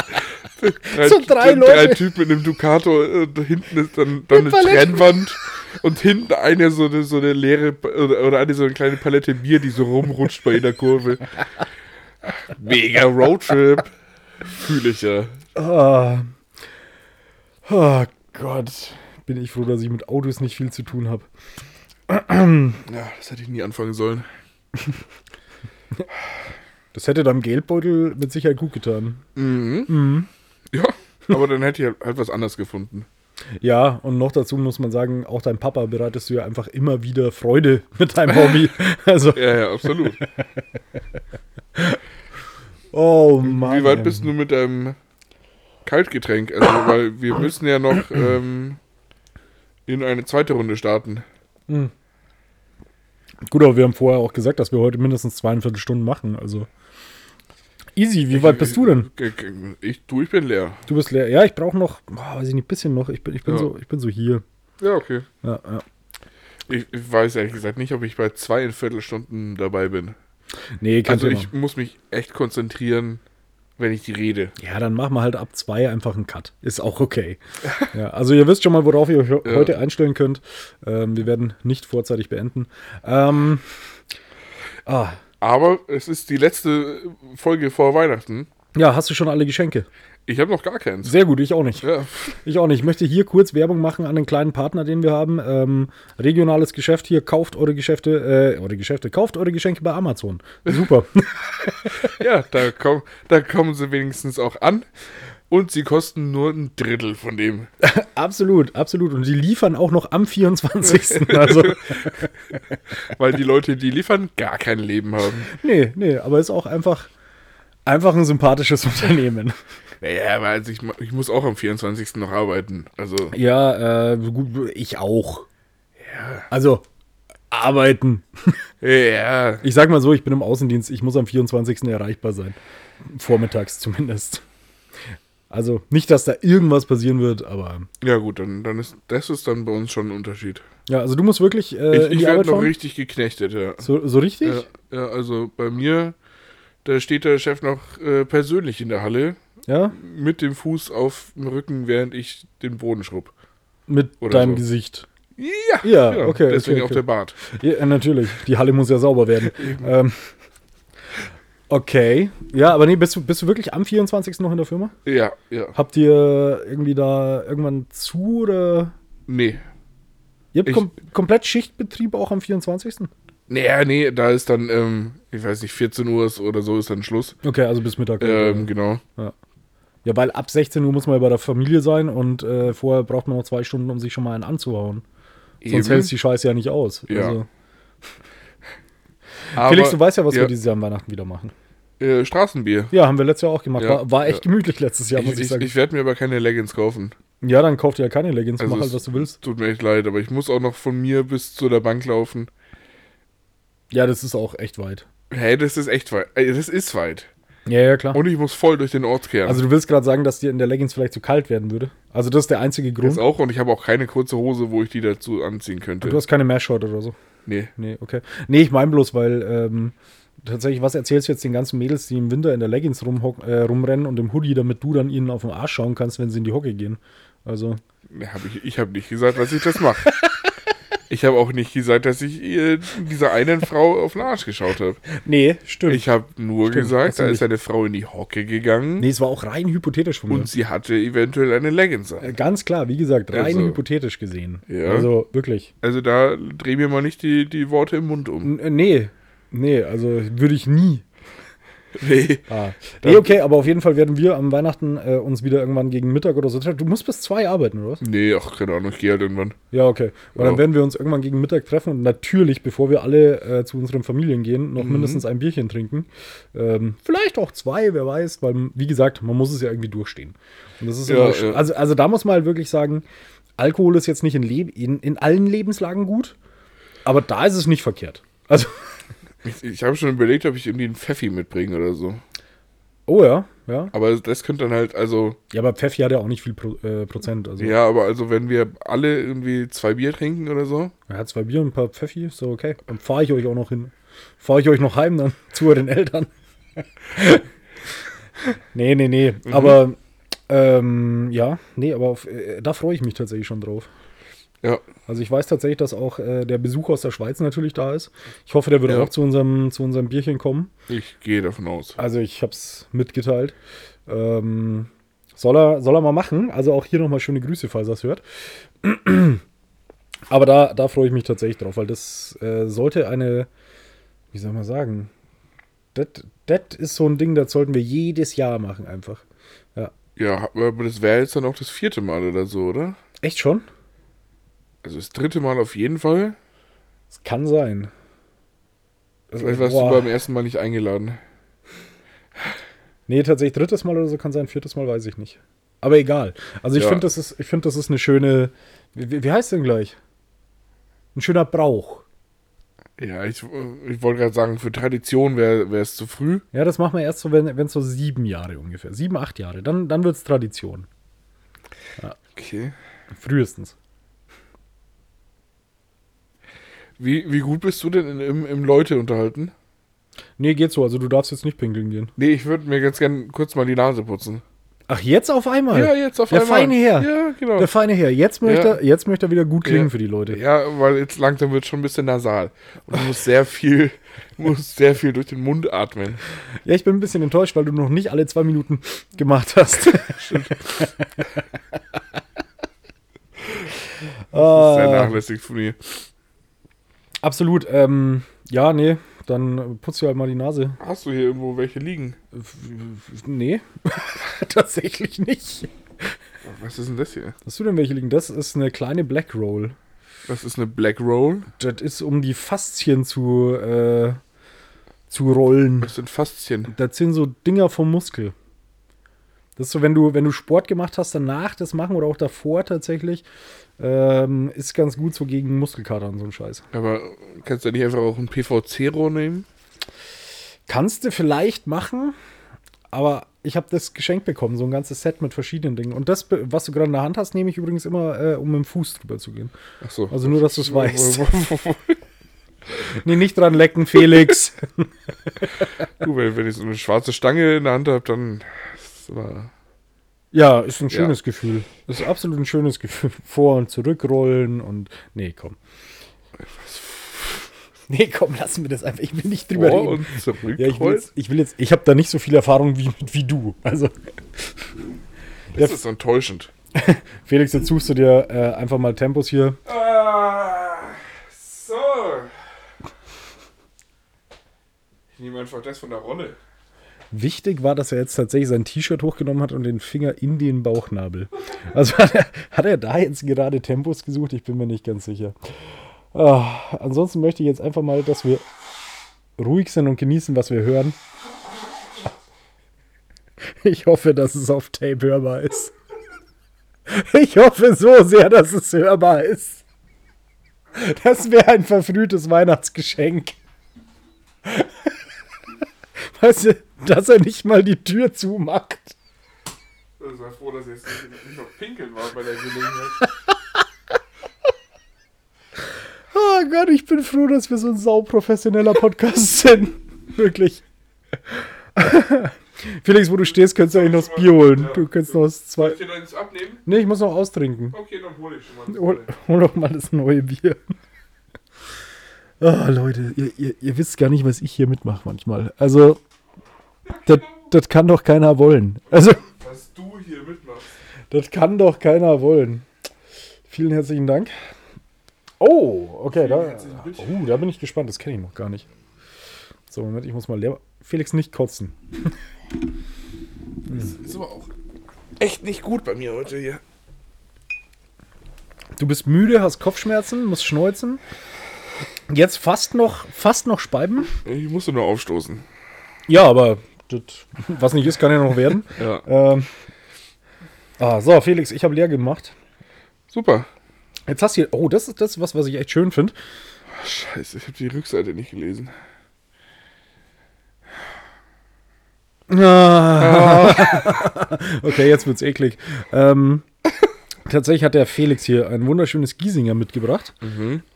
drei, So drei Leute. Drei Typen mit einem Ducato äh, und hinten ist dann, dann eine Mit Paletten. Trennwand und hinten eine so eine, so eine leere Pa- oder, oder eine so eine kleine Palette Bier, die so rumrutscht bei der Kurve. Mega Roadtrip. Fühle ich ja. Ah. Oh Gott. Bin ich froh, dass ich mit Autos nicht viel zu tun habe. Ja, das hätte ich nie anfangen sollen. Das hätte deinem Geldbeutel mit Sicherheit gut getan. Mhm. Ja, aber dann hätte ich halt, halt was anderes gefunden. Ja, und noch dazu muss man sagen, auch dein Papa bereitest du ja einfach immer wieder Freude mit deinem Hobby. Also, Ja, ja, absolut. oh Mann. Wie weit bist du mit deinem Kaltgetränk? Also, weil wir müssen ja noch ähm, in eine zweite Runde starten. Gut, aber wir haben vorher auch gesagt, dass wir heute mindestens zweieinviertel Stunden machen. Also, easy. Wie weit bist du denn? Ich, du, ich bin leer. Du bist leer. Ja, ich brauche noch, boah, weiß ich nicht, bisschen noch. Ich bin, ich bin, Ja. so, ich bin so hier. Ja, okay. Ja, ja. Ich, ich weiß ehrlich gesagt nicht, ob ich bei zweieinviertel Stunden dabei bin. Nee, kein Also, Thema. ich muss mich echt konzentrieren, wenn ich die rede. Ja, dann machen wir halt ab zwei einfach einen Cut. Ist auch okay. ja, also ihr wisst schon mal, worauf ihr euch Ja. heute einstellen könnt. Ähm, wir werden nicht vorzeitig beenden. Ähm, ah, Aber es ist die letzte Folge vor Weihnachten. ja, hast du schon alle Geschenke? Ich habe noch gar keins. Sehr gut, ich auch nicht. Ja. Ich auch nicht. Ich möchte hier kurz Werbung machen an den kleinen Partner, den wir haben. Ähm, regionales Geschäft hier. Kauft eure Geschäfte, äh, eure Geschäfte, kauft eure Geschenke bei Amazon. Super. Ja, da, komm, da kommen sie wenigstens auch an. Und sie kosten nur ein Drittel von dem. absolut, absolut. Und die liefern auch noch am 24. also, Weil die Leute, die liefern, gar kein Leben haben. nee, nee, aber ist auch einfach, einfach ein sympathisches Unternehmen. Naja, aber also ich, mu- ich muss auch am 24. noch arbeiten. Also, Ja, äh, gut, ich auch. Also, arbeiten. ja. Ich sag mal so, ich bin im Außendienst, ich muss am 24. erreichbar sein. Vormittags zumindest. Also, nicht, dass da irgendwas passieren wird, aber. Ja, gut, dann, dann ist das ist dann bei uns schon ein Unterschied. Ja, also du musst wirklich äh, Ich, in ich die werde Arbeit noch fahren. richtig geknechtet, ja. So, so richtig? ja. Ja, also bei mir, da steht der Chef noch äh, persönlich in der Halle Ja? mit dem Fuß auf dem Rücken, während ich den Boden schrubb. Mit Oder deinem so. Gesicht. Ja, Ja, okay, Deswegen okay, auch okay. der Bart. Ja, äh, natürlich. Die Halle muss ja sauber werden. ähm, okay. Ja, aber nee, bist du, bist du wirklich am 24. noch in der Firma? Ja, ja. Habt ihr irgendwie da irgendwann zu oder. Nee. Ihr habt Ich- kom komplett Schichtbetrieb auch am 24. Nee, nee, da ist dann, ähm, ich weiß nicht, 14 Uhr ist oder so ist dann Schluss. Okay, also bis Mittag. Ähm, genau. ja, weil ab 16 Uhr muss man ja bei der Familie sein und äh, vorher braucht man noch zwei Stunden, um sich schon mal einen anzuhauen. Sonst Eben. hältst du die Scheiße ja nicht aus. Ja. Also, Aber, Felix, du weißt ja, was ja, wir dieses Jahr an Weihnachten wieder machen. äh, Straßenbier. Ja, haben wir letztes Jahr auch gemacht. Ja, war, war echt ja. gemütlich letztes Jahr, muss Ich, ich, ich, sagen. ich werde mir aber keine Leggings kaufen. ja, dann kauf dir ja keine Leggings, Also mach halt, es- was du willst. Tut mir echt leid, aber ich muss auch noch von mir bis zu der Bank laufen. Ja, das ist auch echt weit. Hey, das ist echt weit. Ey, Das ist weit. Ja, ja, klar. Und ich muss voll durch den Ortskern. also du willst gerade sagen, dass dir in der Leggings vielleicht zu kalt werden würde. Also das ist der einzige das Grund. auch. Und ich habe auch keine kurze Hose, wo ich die dazu anziehen könnte. Du hast keine Mesh-Shot oder so. nee. Nee, okay. Nee, ich meine bloß, weil ähm, tatsächlich, was erzählst du jetzt den ganzen Mädels, die im Winter in der Leggings rumhock- äh, rumrennen und im Hoodie, damit du dann ihnen auf den Arsch schauen kannst, wenn sie in die Hocke gehen? Also, nee hab ich ich habe nicht gesagt, dass ich das mache. ich habe auch nicht gesagt, dass ich äh, dieser einen Frau auf den Arsch geschaut habe. nee, stimmt. Ich habe nur Stimmt, hast gesagt, du da ist nicht. eine Frau in die Hocke gegangen nee, ne. es war auch rein hypothetisch von mir. und sie hatte eventuell eine Leggings an. Äh, Ganz klar, wie gesagt, rein Also. hypothetisch gesehen. Ja. Also, wirklich. Also da dreh mir mal nicht die, die Worte im Mund um. N äh, nee, nee, also würde ich nie. Nee. Ah. Nee, okay, aber auf jeden Fall werden wir am Weihnachten äh, uns wieder irgendwann gegen Mittag oder so treffen. Du musst bis zwei arbeiten, oder was? Nee, ach, keine Ahnung, ich gehe halt irgendwann. Ja, okay. Und Ja. dann werden wir uns irgendwann gegen Mittag treffen und natürlich, bevor wir alle äh, zu unseren Familien gehen, Mhm. noch mindestens ein Bierchen trinken. Ähm, vielleicht auch zwei, wer weiß, weil, wie gesagt, man muss es ja irgendwie durchstehen. Und das ist Ja, immer sch- ja. Also, also da muss man halt wirklich sagen, Alkohol ist jetzt nicht in, Leb in, in allen Lebenslagen gut, aber da ist es nicht verkehrt. Also, Ich, ich habe schon überlegt, ob ich irgendwie einen Pfeffi mitbringe oder so. oh ja, ja. Aber das könnte dann halt, also, Ja, aber Pfeffi hat ja auch nicht viel Pro äh, Prozent. Also, ja, aber also, wenn wir alle irgendwie zwei Bier trinken oder so. er hat zwei Bier und ein paar Pfeffi, so okay. Dann fahre ich euch auch noch hin. Fahre ich euch noch heim dann zu euren Eltern. Nee, nee, nee. Aber ähm, ja, nee, aber auf, äh, da freue ich mich tatsächlich schon drauf. Ja. Also ich weiß tatsächlich, dass auch äh, der Besuch aus der Schweiz natürlich da ist. Ich hoffe, der wird Ja. auch zu unserem, zu unserem Bierchen kommen. Ich gehe davon aus. Also ich habe es mitgeteilt. Ähm, soll, er, soll er mal machen. Also auch hier nochmal schöne Grüße, falls er es hört. Aber da, da freue ich mich tatsächlich drauf, weil das äh, sollte eine, wie soll man sagen, das das ist so ein Ding, das sollten wir jedes Jahr machen einfach. Ja. Ja, aber das wäre jetzt dann auch das vierte Mal oder so, oder? Echt schon? Also das dritte Mal auf jeden Fall. Es kann sein. Also, Vielleicht warst boah. du beim ersten Mal nicht eingeladen. Nee, tatsächlich drittes Mal oder so kann sein, viertes Mal weiß ich nicht. Aber egal. Also ich Ja. finde, das ist, ich finde, das ist eine schöne. Wie, wie heißt denn gleich? Ein schöner Brauch. Ja, ich, ich wollte gerade sagen, für Tradition wäre es zu früh. Ja, das machen wir erst so, wenn es so sieben Jahre ungefähr. Sieben, acht Jahre. Dann, dann wird es Tradition. Okay. Frühestens. Wie, wie gut bist du denn in, im, im Leute unterhalten? Nee, geht so. Also du darfst jetzt nicht pinkeln gehen. Nee, ich würde mir ganz gern kurz mal die Nase putzen. Ach, jetzt auf einmal? Ja, jetzt auf der einmal. feine Herr. Ja, genau. Der feine Herr. Jetzt möchte, er- jetzt möchte er wieder gut klingen Ja. für die Leute. Ja, weil jetzt langsam wird schon ein bisschen nasal. Und du musst sehr viel, musst sehr viel durch den Mund atmen. Ja, ich bin ein bisschen enttäuscht, weil du noch nicht alle zwei Minuten gemacht hast. Ah. Sehr ah, nachlässig von mir. absolut. Ähm, ja, nee, dann putz dir halt mal die Nase. Hast du hier irgendwo welche liegen? F- f- Nee, tatsächlich nicht. Was ist denn das hier? Hast du denn welche liegen? Das ist eine kleine Black Roll. Das ist eine Black Roll. Das ist, um die Faszien zu, äh, zu rollen. Das sind Faszien. Das sind so Dinger vom Muskel. Das ist so, wenn du, wenn du Sport gemacht hast, danach das machen oder auch davor tatsächlich, ähm, ist ganz gut so gegen Muskelkater und so ein Scheiß. Aber kannst du nicht einfach auch ein PVC-Rohr nehmen? Kannst du vielleicht machen, aber ich habe das geschenkt bekommen, so ein ganzes Set mit verschiedenen Dingen. Und das, be- was du gerade in der Hand hast, nehme ich übrigens immer, äh, um mit dem Fuß drüber zu gehen. Achso. Also nur, dass du es weißt. nee, nicht dran lecken, Felix. Du, wenn, wenn ich so eine schwarze Stange in der Hand habe, dann. ist aber- ja, ist ein Ja. schönes Gefühl. Ist absolut ein schönes Gefühl. Vor- und zurückrollen und. Nee, komm. Nee, komm, lassen wir das einfach. Ich will nicht drüber Vor- reden. und zurück. Ja, ich will jetzt, ich will jetzt, ich habe da nicht so viel Erfahrung wie, wie du. Also, das ist enttäuschend. Felix, jetzt suchst du dir äh, einfach mal Tempos hier. Ah, so. Ich nehme einfach das von der Rolle. Wichtig war, dass er jetzt tatsächlich sein T-Shirt hochgenommen hat und den Finger in den Bauchnabel. Also hat er, hat er da jetzt gerade Tempos gesucht? Ich bin mir nicht ganz sicher. Ah, ansonsten möchte ich jetzt einfach mal, dass wir ruhig sind und genießen, was wir hören. Ich hoffe, dass es auf Tape hörbar ist. Ich hoffe so sehr, dass es hörbar ist. Das wäre ein verfrühtes Weihnachtsgeschenk. Weißt du, dass er nicht mal die Tür zumacht. Ich war Also, froh, dass ich jetzt nicht, nicht noch pinkeln war bei der Gelegenheit. Oh Gott, ich bin froh, dass wir so ein sauprofessioneller Podcast sind. Wirklich. Felix, wo du stehst, könntest du eigentlich noch das Bier holen. Du kannst noch das Soll zwei. ich dir noch eins abnehmen? Nee, ich muss noch austrinken. Okay, dann hole ich schon mal. das Hol, Rolle. hol doch mal das neue Bier. Ah, Leute, ihr, ihr, ihr wisst gar nicht, was ich hier mitmache manchmal. Also, das das kann doch keiner wollen. Also, Was du hier mitmachst. das kann doch keiner wollen. Vielen herzlichen Dank. Oh, okay, da, herzlichen oh, da bin ich gespannt. Das kenne ich noch gar nicht. So, Moment, ich muss mal leer. Felix, nicht kotzen. Ist aber auch echt nicht gut bei mir heute hier. Du bist müde, hast Kopfschmerzen, musst schneuzen. Jetzt fast noch, fast noch speiben. Ich musste nur aufstoßen. Ja, aber das, was nicht ist, kann ja noch werden. Ja. ähm, ah, so, Felix, ich habe leer gemacht. Super. Jetzt hast du hier, oh, das ist das, ist was, was ich echt schön finde. Scheiße, ich habe die Rückseite nicht gelesen. Mhm. Ah. Okay, jetzt wird's eklig. Ähm, tatsächlich hat der Felix hier ein wunderschönes Giesinger mitgebracht.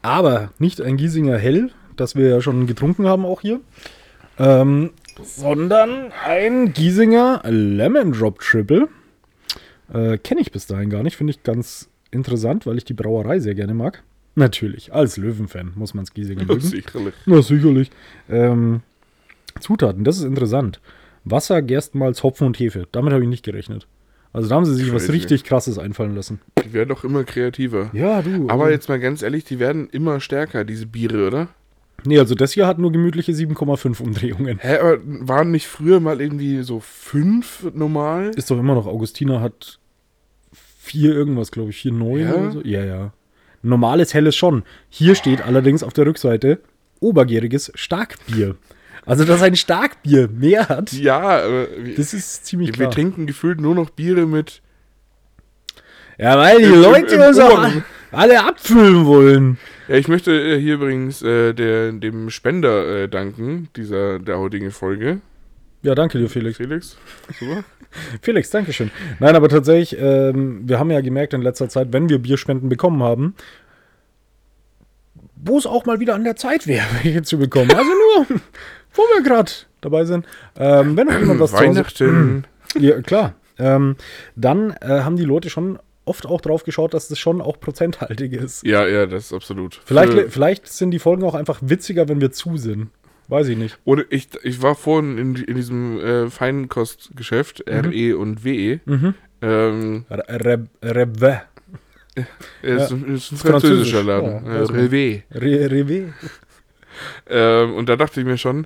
Aber nicht ein Giesinger hell, das wir ja schon getrunken haben auch hier, ähm, sondern ein Giesinger Lemon Drop Triple. Äh, Kenne ich bis dahin gar nicht, finde ich ganz interessant, weil ich die Brauerei sehr gerne mag. Natürlich, als Löwenfan muss man es Giesinger Ja, mögen. sicherlich. Na, sicherlich. Ähm, Zutaten, das ist interessant. Wasser, Gerstenmalz, Hopfen und Hefe. Damit habe ich nicht gerechnet. Also da haben sie sich was Crazy. richtig Krasses einfallen lassen. Die werden doch immer kreativer. Ja, du. Aber also- jetzt mal ganz ehrlich, die werden immer stärker, diese Biere, oder? Nee, also das hier hat nur gemütliche 7,5 Umdrehungen. Hä, aber waren nicht früher mal irgendwie so fünf normal? Ist doch immer noch, Augustiner hat vier irgendwas, glaube ich. Vier neun Ja? oder so. Ja, ja. Normales helles schon. Hier steht allerdings auf der Rückseite obergäriges Starkbier. Also, dass ein Starkbier mehr hat, Ja, aber wir, das ist ziemlich wir klar. trinken gefühlt nur noch Biere mit. Ja, weil die Im- im- Leute im uns auch Ohren. alle abfüllen wollen. Ja, ich möchte äh, hier übrigens äh, der, dem Spender äh, danken, dieser der heutigen Folge. Ja, danke dir, Felix. Felix, super. Felix, Dankeschön. Nein, aber tatsächlich, ähm, wir haben ja gemerkt in letzter Zeit, wenn wir Bierspenden bekommen haben, wo es auch mal wieder an der Zeit wäre, welche zu bekommen. Also nur, wo wir gerade dabei sind. Ähm, wenn noch jemand was zu Hause Weihnachten. ja, klar. Ähm, dann äh, haben die Leute schon oft auch drauf geschaut, dass das schon auch prozenthaltig ist. Ja, ja, das ist absolut. Vielleicht, Für- vielleicht sind die Folgen auch einfach witziger, wenn wir zu sind. Weiß ich nicht. Oder ich, ich war vorhin in, in diesem äh, Feinkostgeschäft, Mhm. RE und WE. Ähm, Re- Re- Rewe. es ist ein Französisch, französischer Laden. ja, äh, weiß man. Rewe. Re- Rewe. Ähm, und da dachte ich mir schon,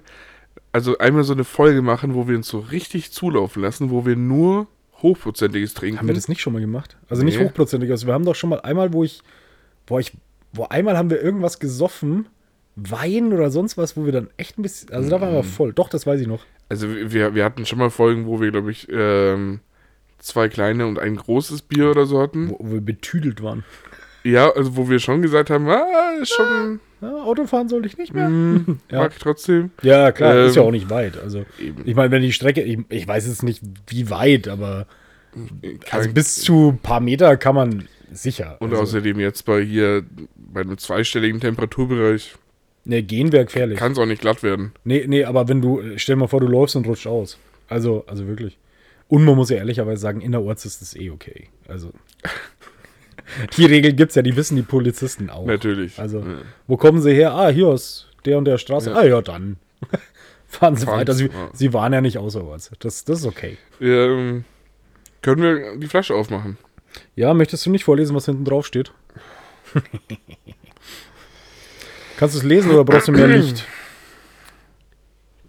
also einmal so eine Folge machen, wo wir uns so richtig zulaufen lassen, wo wir nur Hochprozentiges trinken. Haben wir das nicht schon mal gemacht? Also nicht Hm? Nee. hochprozentig. Also wir haben doch schon mal einmal, wo ich, wo ich, wo einmal haben wir irgendwas gesoffen, Wein oder sonst was, wo wir dann echt ein bisschen, also da waren Hm. wir voll. Doch, das weiß ich noch. Also wir, wir hatten schon mal Folgen, wo wir, glaube ich, ähm, zwei kleine und ein großes Bier oder so hatten. Wo, wo wir betüdelt waren. Ja, also wo wir schon gesagt haben, ah, ist schon Ja, Autofahren sollte ich nicht mehr. mh, Ja. mag ich trotzdem. Ja, klar, ist ja Hm. Ähm, auch nicht weit. Also eben. ich meine, wenn die Strecke, ich, ich weiß jetzt nicht, wie weit, aber also Hm, äh, Kein- bis zu ein paar Meter kann man sicher. Und also, außerdem jetzt bei hier, bei einem zweistelligen Temperaturbereich, ne, gehen wäre gefährlich. kann es auch nicht glatt werden. Nee, nee, aber wenn du, äh, stell dir mal vor, du läufst und rutscht aus. Also, also wirklich. Und man muss ja ehrlicherweise sagen, innerorts ist es eh okay. Also. Die Regel gibt's ja, die wissen die Polizisten auch. Natürlich. Also, Ja. wo kommen sie her? Ah, hier aus der und der Straße. Ja. Ah, ja, dann. Fahren sie Fahren weiter. sie, Sie, ja. sie waren ja nicht außerorts. Das, das ist okay. Ähm, können wir die Flasche aufmachen? Ja, möchtest du nicht vorlesen, was hinten drauf steht? Kannst du es lesen oder brauchst du mehr Licht?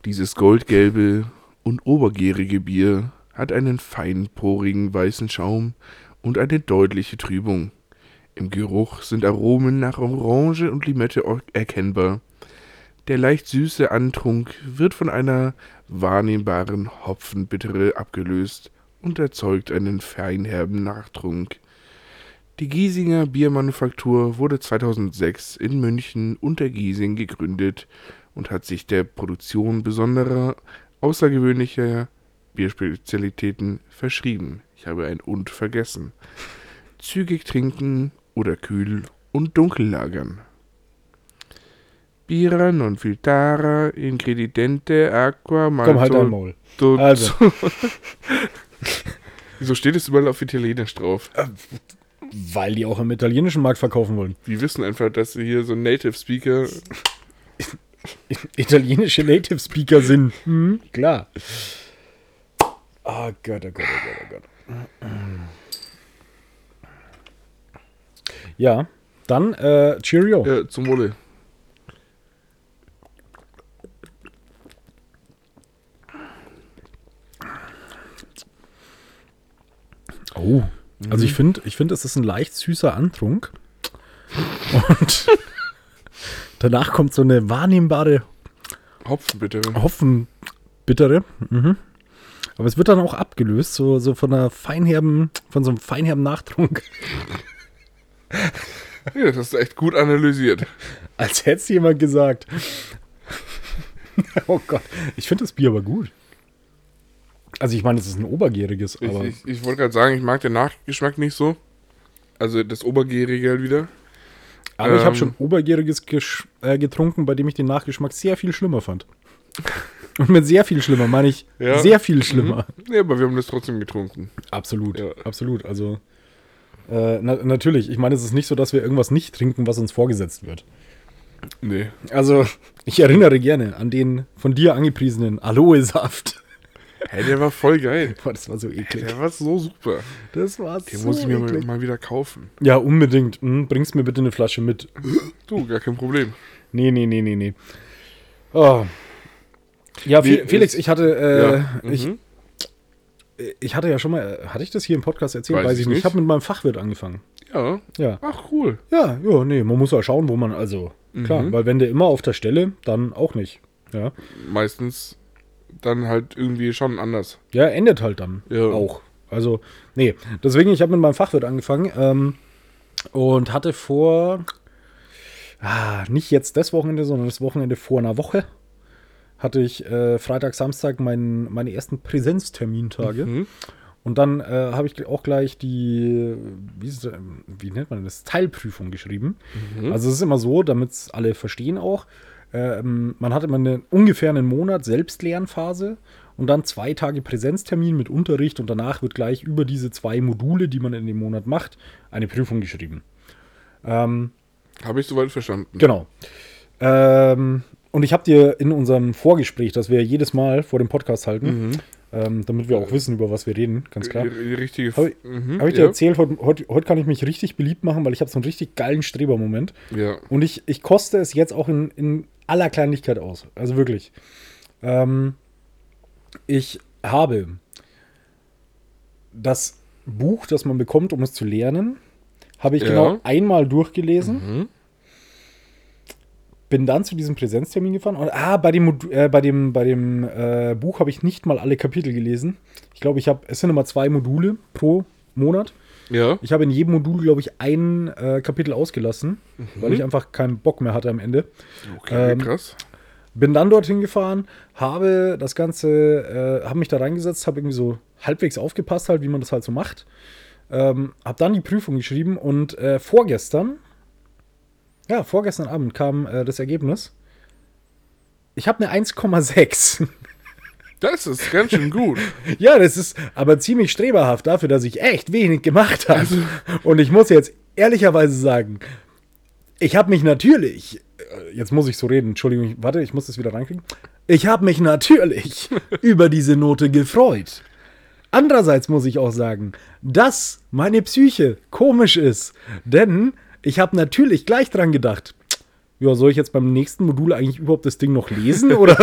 Dieses goldgelbe und obergärige Bier hat einen feinporigen weißen Schaum und eine deutliche Trübung. Im Geruch sind Aromen nach Orange und Limette o- erkennbar. Der leicht süße Antrunk wird von einer wahrnehmbaren Hopfenbittere abgelöst und erzeugt einen feinherben Nachtrunk. Die Giesinger Biermanufaktur wurde 2006 in München unter Giesing gegründet und hat sich der Produktion besonderer, außergewöhnlicher Bierspezialitäten verschrieben. Ich habe ein Und vergessen. Zügig trinken oder kühl und dunkel lagern. Bira non filtara, ingrediente aqua Komm, halt dein malto. Maul. do- Also. Wieso steht es überall auf Italienisch drauf? Weil die auch im italienischen Markt verkaufen wollen. Die wissen einfach, dass sie hier so ein Native Speaker. italienische Native Speaker sind. Hm, klar. Oh Gott, oh Gott, oh Gott, oh Gott. Ja, dann äh, Cheerio. Ja, zum Wohle. Oh. Also ich finde, ich finde, es ist ein leicht süßer Antrunk. Und danach kommt so eine wahrnehmbare Hopfen bitte. Hopfenbittere. Mhm. Aber es wird dann auch abgelöst, so, so von einer feinherben, von so einem feinherben Nachtrunk. Ja, das hast du echt gut analysiert. Als hätte es jemand gesagt. oh Gott. Ich finde das Bier aber gut. Also ich meine, es ist ein obergäriges, Ich, aber ich, ich wollte gerade sagen, ich mag den Nachgeschmack nicht so. Also das Obergärige halt wieder. aber ich habe ähm, schon obergäriges gesch- äh, getrunken, bei dem ich den Nachgeschmack sehr viel schlimmer fand. Und mit sehr viel schlimmer meine ich Ja. sehr viel schlimmer. Ja, aber wir haben das trotzdem getrunken. Absolut, Ja. absolut. Also äh, na, natürlich, ich meine, es ist nicht so, dass wir irgendwas nicht trinken, was uns vorgesetzt wird. Nee. Also, ich erinnere gerne an den von dir angepriesenen Aloe-Saft. Hä, der war voll geil. Boah, das war so eklig. Der war so super. Das war Den so muss ich mir mal, eklig. mal wieder kaufen. Ja, unbedingt. Hm, bringst mir bitte eine Flasche mit. Du, gar kein Problem. Nee, nee, nee, nee, nee. Oh. Ja, Nee, Fe- Felix, ist- ich hatte, äh, ja. mhm. ich, ich hatte ja schon mal, hatte ich das hier im Podcast erzählt? Weiß, ich nicht. Ich habe mit meinem Fachwirt angefangen. ja. Ja. Ach, cool. Ja, ja, nee, man muss ja schauen, wo man, also, klar, weil wenn der immer auf der Stelle, dann auch nicht. Ja, Meistens dann halt irgendwie schon anders. ja endet halt dann Ja. auch. Also, nee, deswegen, ich habe mit meinem Fachwirt angefangen ähm, und hatte vor, ah, nicht jetzt das Wochenende, sondern das Wochenende vor einer Woche, hatte ich äh, Freitag, Samstag mein, meine ersten Präsenztermintage. Und dann äh, habe ich auch gleich die, wie, ist, das, ähm, wie nennt man das, Teilprüfung geschrieben. Also es ist immer so, damit es alle verstehen auch, ähm, man hat immer eine, ungefähr einen Monat Selbstlernphase und dann zwei Tage Präsenztermin mit Unterricht und danach wird gleich über diese zwei Module, die man in dem Monat macht, eine Prüfung geschrieben. Ähm, Habe ich soweit verstanden. Genau. Ähm, und ich habe dir in unserem Vorgespräch, das wir jedes Mal vor dem Podcast halten, ähm, damit wir auch wissen, über was wir reden, ganz klar. Die, die richtige. F- Habe ich, Mhm, hab ich dir ja. erzählt, heute heut, heut kann ich mich richtig beliebt machen, weil ich habe so einen richtig geilen Strebermoment. Ja. Und ich, ich koste es jetzt auch in, in aller Kleinigkeit aus. Also wirklich. Ähm, ich habe das Buch, das man bekommt, um es zu lernen, habe ich Ja. Mhm. genau einmal durchgelesen. Bin dann zu diesem Präsenztermin gefahren. Und, ah, bei dem, Modu- äh, bei dem, bei dem äh, Buch habe ich nicht mal alle Kapitel gelesen. Ich glaube, ich habe, es sind immer zwei Module pro Monat. Ja. Ich habe in jedem Modul, glaube ich, ein äh, Kapitel ausgelassen, weil ich einfach keinen Bock mehr hatte am Ende. Okay, ähm, krass. Bin dann dorthin gefahren, habe das Ganze, äh, habe mich da reingesetzt, habe irgendwie so halbwegs aufgepasst, halt, wie man das halt so macht. Ähm, habe dann die Prüfung geschrieben und äh, vorgestern, ja, vorgestern Abend kam äh, das Ergebnis. Ich habe eine 1,6. Das ist ganz schön gut. Ja, das ist aber ziemlich streberhaft dafür, dass ich echt wenig gemacht habe. Und ich muss jetzt ehrlicherweise sagen, ich habe mich natürlich, äh, jetzt muss ich so reden, Entschuldigung, ich- warte, ich muss das wieder reinkriegen. Ich habe mich natürlich über diese Note gefreut. Andererseits muss ich auch sagen, dass meine Psyche komisch ist, denn ich habe natürlich gleich dran gedacht. Ja, soll ich jetzt beim nächsten Modul eigentlich überhaupt das Ding noch lesen oder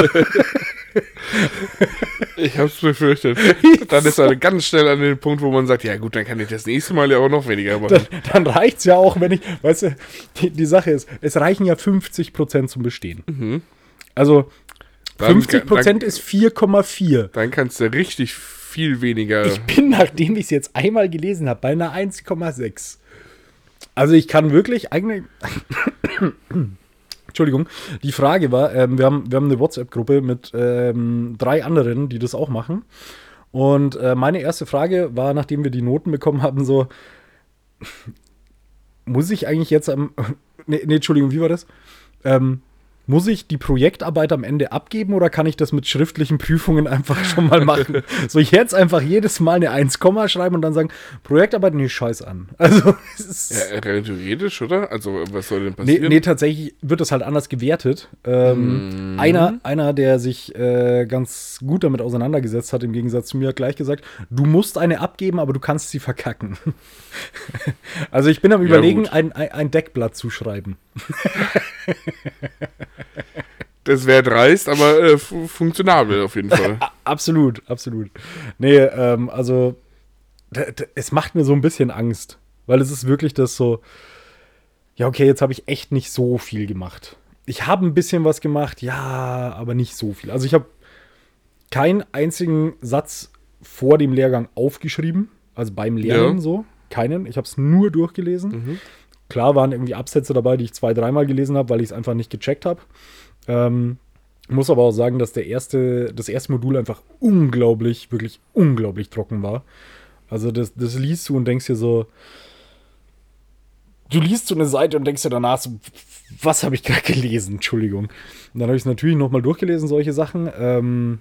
Ich hab's befürchtet. Dann ist er ganz schnell an den Punkt, wo man sagt, ja gut, dann kann ich das nächste Mal ja auch noch weniger machen. dann, dann reicht's ja auch, wenn ich, weißt du, die, die Sache ist, es reichen ja 50 Prozent zum Bestehen. Also Mhm. Dann- 50 Prozent dann- ist 4,4. Dann kannst du richtig viel weniger. Ich bin, nachdem ich es jetzt einmal gelesen habe, bei einer 1,6. Also ich kann wirklich eigene. Entschuldigung, die Frage war, ähm, wir, haben, wir haben eine WhatsApp-Gruppe mit ähm, drei anderen, die das auch machen. Und äh, meine erste Frage war, nachdem wir die Noten bekommen haben, so, muss ich eigentlich jetzt am. Nee, nee Entschuldigung, wie war das? Ähm, muss ich die Projektarbeit am Ende abgeben oder kann ich das mit schriftlichen Prüfungen einfach schon mal machen? so jetzt einfach jedes Mal eine 1, Komma schreiben und dann sagen, Projektarbeit, nee, scheiß an. Also, es ist, ja, rein theoretisch, oder? Also, was soll denn Nee, passieren? nee, tatsächlich wird das halt anders gewertet. Ähm, Mhm. einer, einer, der sich äh, ganz gut damit auseinandergesetzt hat, im Gegensatz zu mir, hat gleich gesagt, du musst eine abgeben, aber du kannst sie verkacken. also ich bin am überlegen, gut. ein, ein, ein Deckblatt zu schreiben. Das wäre dreist, aber äh, fu- funktionabel auf jeden Fall. A- Absolut, absolut. Nee, ähm, also d- d- es macht mir so ein bisschen Angst, weil es ist wirklich das so, ja, okay, jetzt habe ich echt nicht so viel gemacht. Ich habe ein bisschen was gemacht, ja, aber nicht so viel. Also ich habe keinen einzigen Satz vor dem Lehrgang aufgeschrieben, also beim Lernen Ja. so, keinen. Ich habe es nur durchgelesen. Klar waren irgendwie Absätze dabei, die ich zwei, dreimal gelesen habe, weil ich es einfach nicht gecheckt habe. Ähm, muss aber auch sagen, dass der erste, das erste Modul einfach unglaublich, wirklich unglaublich trocken war. Also das, das liest du und denkst dir so, du liest so eine Seite und denkst dir danach so, was habe ich gerade gelesen? Entschuldigung. Und dann habe ich es natürlich nochmal durchgelesen, solche Sachen. Ähm,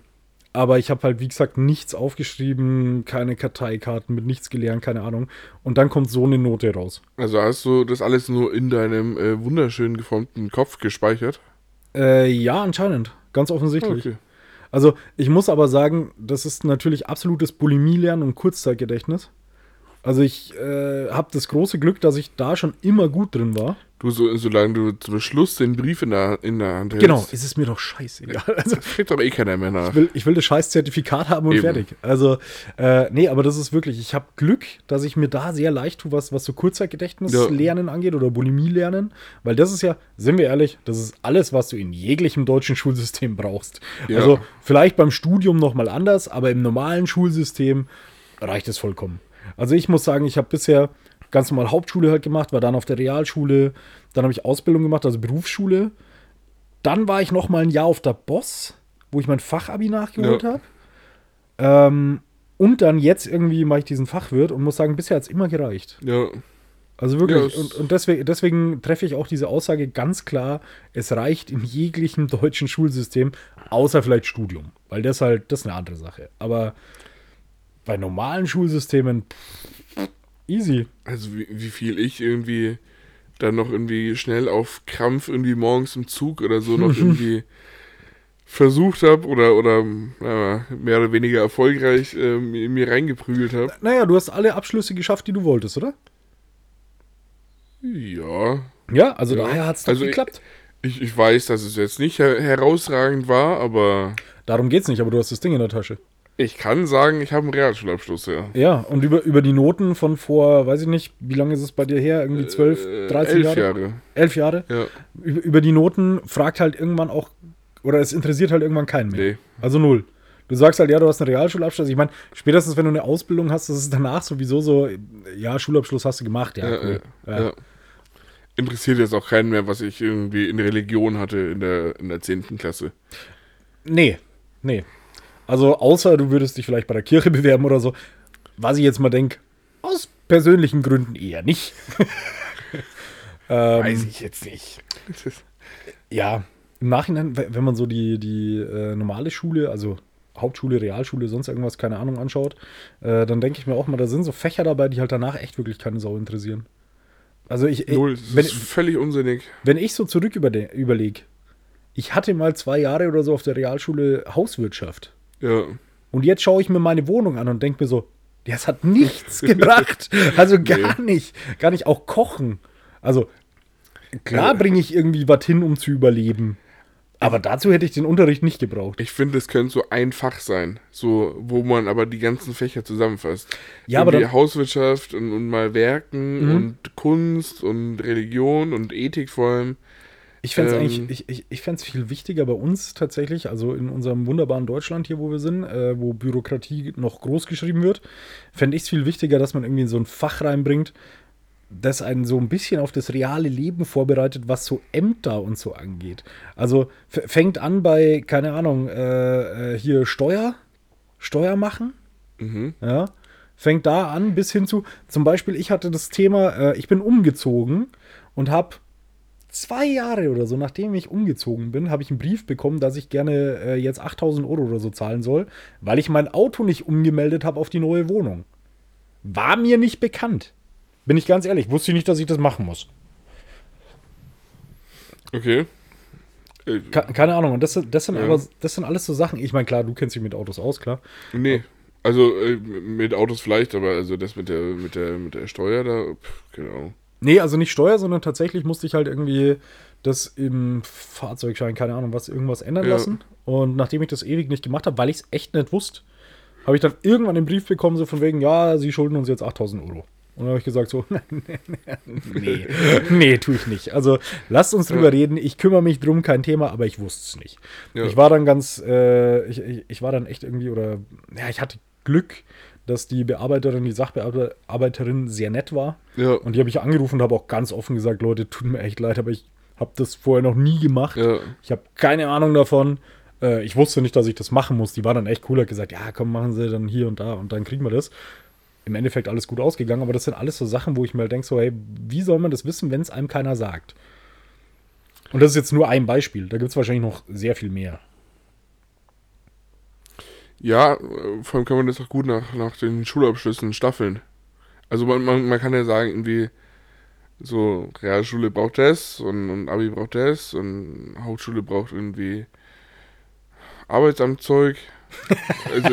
aber ich habe halt, wie gesagt, nichts aufgeschrieben, keine Karteikarten, mit nichts gelernt, keine Ahnung. Und dann kommt so eine Note raus. Also hast du das alles nur in deinem äh, wunderschön geformten Kopf gespeichert? Äh, ja, anscheinend. Ganz offensichtlich. Also, ich muss aber sagen, das ist natürlich absolutes Bulimie-Lernen und Kurzzeitgedächtnis. Also, ich äh, habe das große Glück, dass ich da schon immer gut drin war. Du, so, solange du zum Schluss den Brief in der, in der Hand hältst. Genau, es ist mir doch scheißegal. Also, Das kriegt doch eh keiner mehr nach. ich will, ich will das scheiß Zertifikat haben und Eben. fertig. Also, äh, nee, aber das ist wirklich, ich habe Glück, dass ich mir da sehr leicht tue, was, was so Kurzzeitgedächtnislernen angeht oder Bulimie-Lernen. Weil das ist ja, sind wir ehrlich, das ist alles, was du in jeglichem deutschen Schulsystem brauchst. Ja. Also, vielleicht beim Studium nochmal anders, aber im normalen Schulsystem reicht es vollkommen. Also, ich muss sagen, ich habe bisher ganz normal Hauptschule halt gemacht, war dann auf der Realschule, dann habe ich Ausbildung gemacht, also Berufsschule. Dann war ich noch mal ein Jahr auf der Boss, wo ich mein Fachabi nachgeholt Ja. habe. Ähm, und dann jetzt irgendwie mache ich diesen Fachwirt und muss sagen, bisher hat es immer gereicht. Ja. Also Ja, wirklich. es- und und deswegen, deswegen treffe ich auch diese Aussage ganz klar, es reicht in jeglichem deutschen Schulsystem, außer vielleicht Studium. Weil das halt, das ist eine andere Sache. Aber bei normalen Schulsystemen, pff, easy. Also wie, wie viel ich irgendwie dann noch irgendwie schnell auf Krampf irgendwie morgens im Zug oder so noch irgendwie versucht habe oder, oder naja, mehr oder weniger erfolgreich äh, mir, mir reingeprügelt habe. Naja, du hast alle Abschlüsse geschafft, die du wolltest, oder? Ja. Ja, also Ja. daher hat es doch Also ich- geklappt. Ich, ich weiß, dass es jetzt nicht her herausragend war, aber Darum geht's nicht, aber du hast das Ding in der Tasche. ich kann sagen, ich habe einen Realschulabschluss, ja. Ja, und über, über die Noten von vor, weiß ich nicht, wie lange ist es bei dir her? Irgendwie 12, 13 Äh, elf Jahre? Jahre. Elf Jahre? Ja. Über, über die Noten fragt halt irgendwann auch, oder es interessiert halt irgendwann keinen mehr. Nee. Also null. Du sagst halt, ja, du hast einen Realschulabschluss. Ich meine, spätestens wenn du eine Ausbildung hast, das ist danach sowieso so, ja, Schulabschluss hast du gemacht, ja. Ja, cool. ja, ja. ja. Interessiert jetzt auch keinen mehr, was ich irgendwie in Religion hatte in der, in der 10. Klasse. Nee, nee. Also außer du würdest dich vielleicht bei der Kirche bewerben oder so. Was ich jetzt mal denke, aus persönlichen Gründen eher nicht. ähm, Weiß ich jetzt nicht. Das ist- Ja, im Nachhinein, we- wenn man so die, die äh, normale Schule, also Hauptschule, Realschule, sonst irgendwas, keine Ahnung, anschaut, äh, dann denke ich mir auch mal, da sind so Fächer dabei, die halt danach echt wirklich keine Sau interessieren. Also ich, Null, ich das wenn, ist völlig unsinnig. wenn ich so zurück überde- überlege, ich hatte mal zwei Jahre oder so auf der Realschule Hauswirtschaft. Ja. Und jetzt schaue ich mir meine Wohnung an und denke mir so, das hat nichts gebracht. Also gar nicht. Gar nicht auch kochen. Also klar bringe ich irgendwie was hin, um zu überleben. Aber dazu hätte ich den Unterricht nicht gebraucht. Ich finde, es könnte so ein Fach sein, so, wo man aber die ganzen Fächer zusammenfasst. Ja, aber Irgendwie dann- Mhm. Hauswirtschaft und, und mal Werken und Kunst und Religion und Ethik vor allem. Ich fände es Ähm. eigentlich, ich, ich, ich fänd's viel wichtiger bei uns tatsächlich, also in unserem wunderbaren Deutschland hier, wo wir sind, äh, wo Bürokratie noch groß geschrieben wird, fände ich es viel wichtiger, dass man irgendwie so ein Fach reinbringt, das einen so ein bisschen auf das reale Leben vorbereitet, was so Ämter und so angeht. Also f- fängt an bei, keine Ahnung, äh, äh, hier Steuer, Steuer machen. Ja. Fängt da an bis hin zu, zum Beispiel, ich hatte das Thema, äh, ich bin umgezogen und habe zwei Jahre oder so, nachdem ich umgezogen bin, habe ich einen Brief bekommen, dass ich gerne äh, jetzt 8000 Euro oder so zahlen soll, weil ich mein Auto nicht umgemeldet habe auf die neue Wohnung. War mir nicht bekannt. Bin ich ganz ehrlich, wusste ich nicht, dass ich das machen muss. Okay. Äh, Ke keine Ahnung, und das, sind- das sind aber, das sind alles so Sachen. Ich meine, klar, du kennst dich mit Autos aus, klar. nee. Also äh, mit Autos vielleicht, aber also das mit der, mit der, mit der Steuer da, pff, keine Ahnung. Nee, also nicht Steuer, sondern tatsächlich musste ich halt irgendwie das im Fahrzeugschein, keine Ahnung, was, irgendwas ändern Ja. lassen. Und nachdem ich das ewig nicht gemacht habe, weil ich es echt nicht wusste, habe ich dann irgendwann den Brief bekommen, so von wegen, ja, sie schulden uns jetzt 8000 Euro. Und dann habe ich gesagt, so, nee, nee, tue ich nicht. Also lasst uns drüber reden, ich kümmere mich drum, kein Thema, aber ich wusste es nicht. Ja. Ich war dann ganz, äh, ich, ich, ich war dann echt irgendwie, oder, ja, ich hatte Glück, dass die Bearbeiterin, die Sachbearbeiterin sehr nett war. Ja. Und die habe ich angerufen und habe auch ganz offen gesagt, Leute, tut mir echt leid, aber ich habe das vorher noch nie gemacht. Ja. Ich habe keine Ahnung davon. Äh, ich wusste nicht, dass ich das machen muss. Die war dann echt cool, hat gesagt, ja, komm, machen Sie dann hier und da und dann kriegen wir das. im Endeffekt alles gut ausgegangen, aber das sind alles so Sachen, wo ich mir denke, so, hey, wie soll man das wissen, wenn es einem keiner sagt? Und das ist jetzt nur ein Beispiel. Da gibt es wahrscheinlich noch sehr viel mehr. Ja, äh, vor allem kann man das auch gut nach, nach den Schulabschlüssen staffeln. Also man, man, man kann ja sagen, irgendwie so Realschule braucht das und, und Abi braucht das und Hauptschule braucht irgendwie Arbeitsamtzeug. Also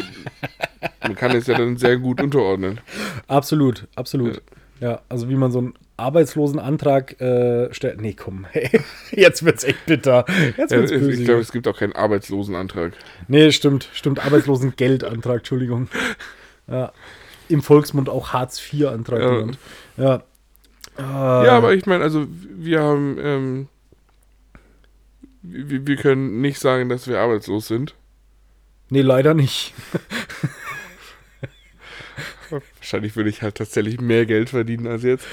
man kann es ja dann sehr gut unterordnen. Absolut, absolut. Ja, also wie man so einen Arbeitslosenantrag äh, stellt. Nee, komm, hey, jetzt wird's echt bitter. Jetzt Ja, wird's ich böse. ich glaube, es gibt auch keinen Arbeitslosenantrag. nee, stimmt, stimmt. Arbeitslosengeldantrag, Entschuldigung. Ja, Im Volksmund auch Hartz-IV-Antrag Ja. genannt. Ja. Äh, Ja, aber ich meine, also wir haben, ähm, wir, wir können nicht sagen, dass wir arbeitslos sind. Nee, leider nicht. Wahrscheinlich würde ich halt tatsächlich mehr Geld verdienen als jetzt.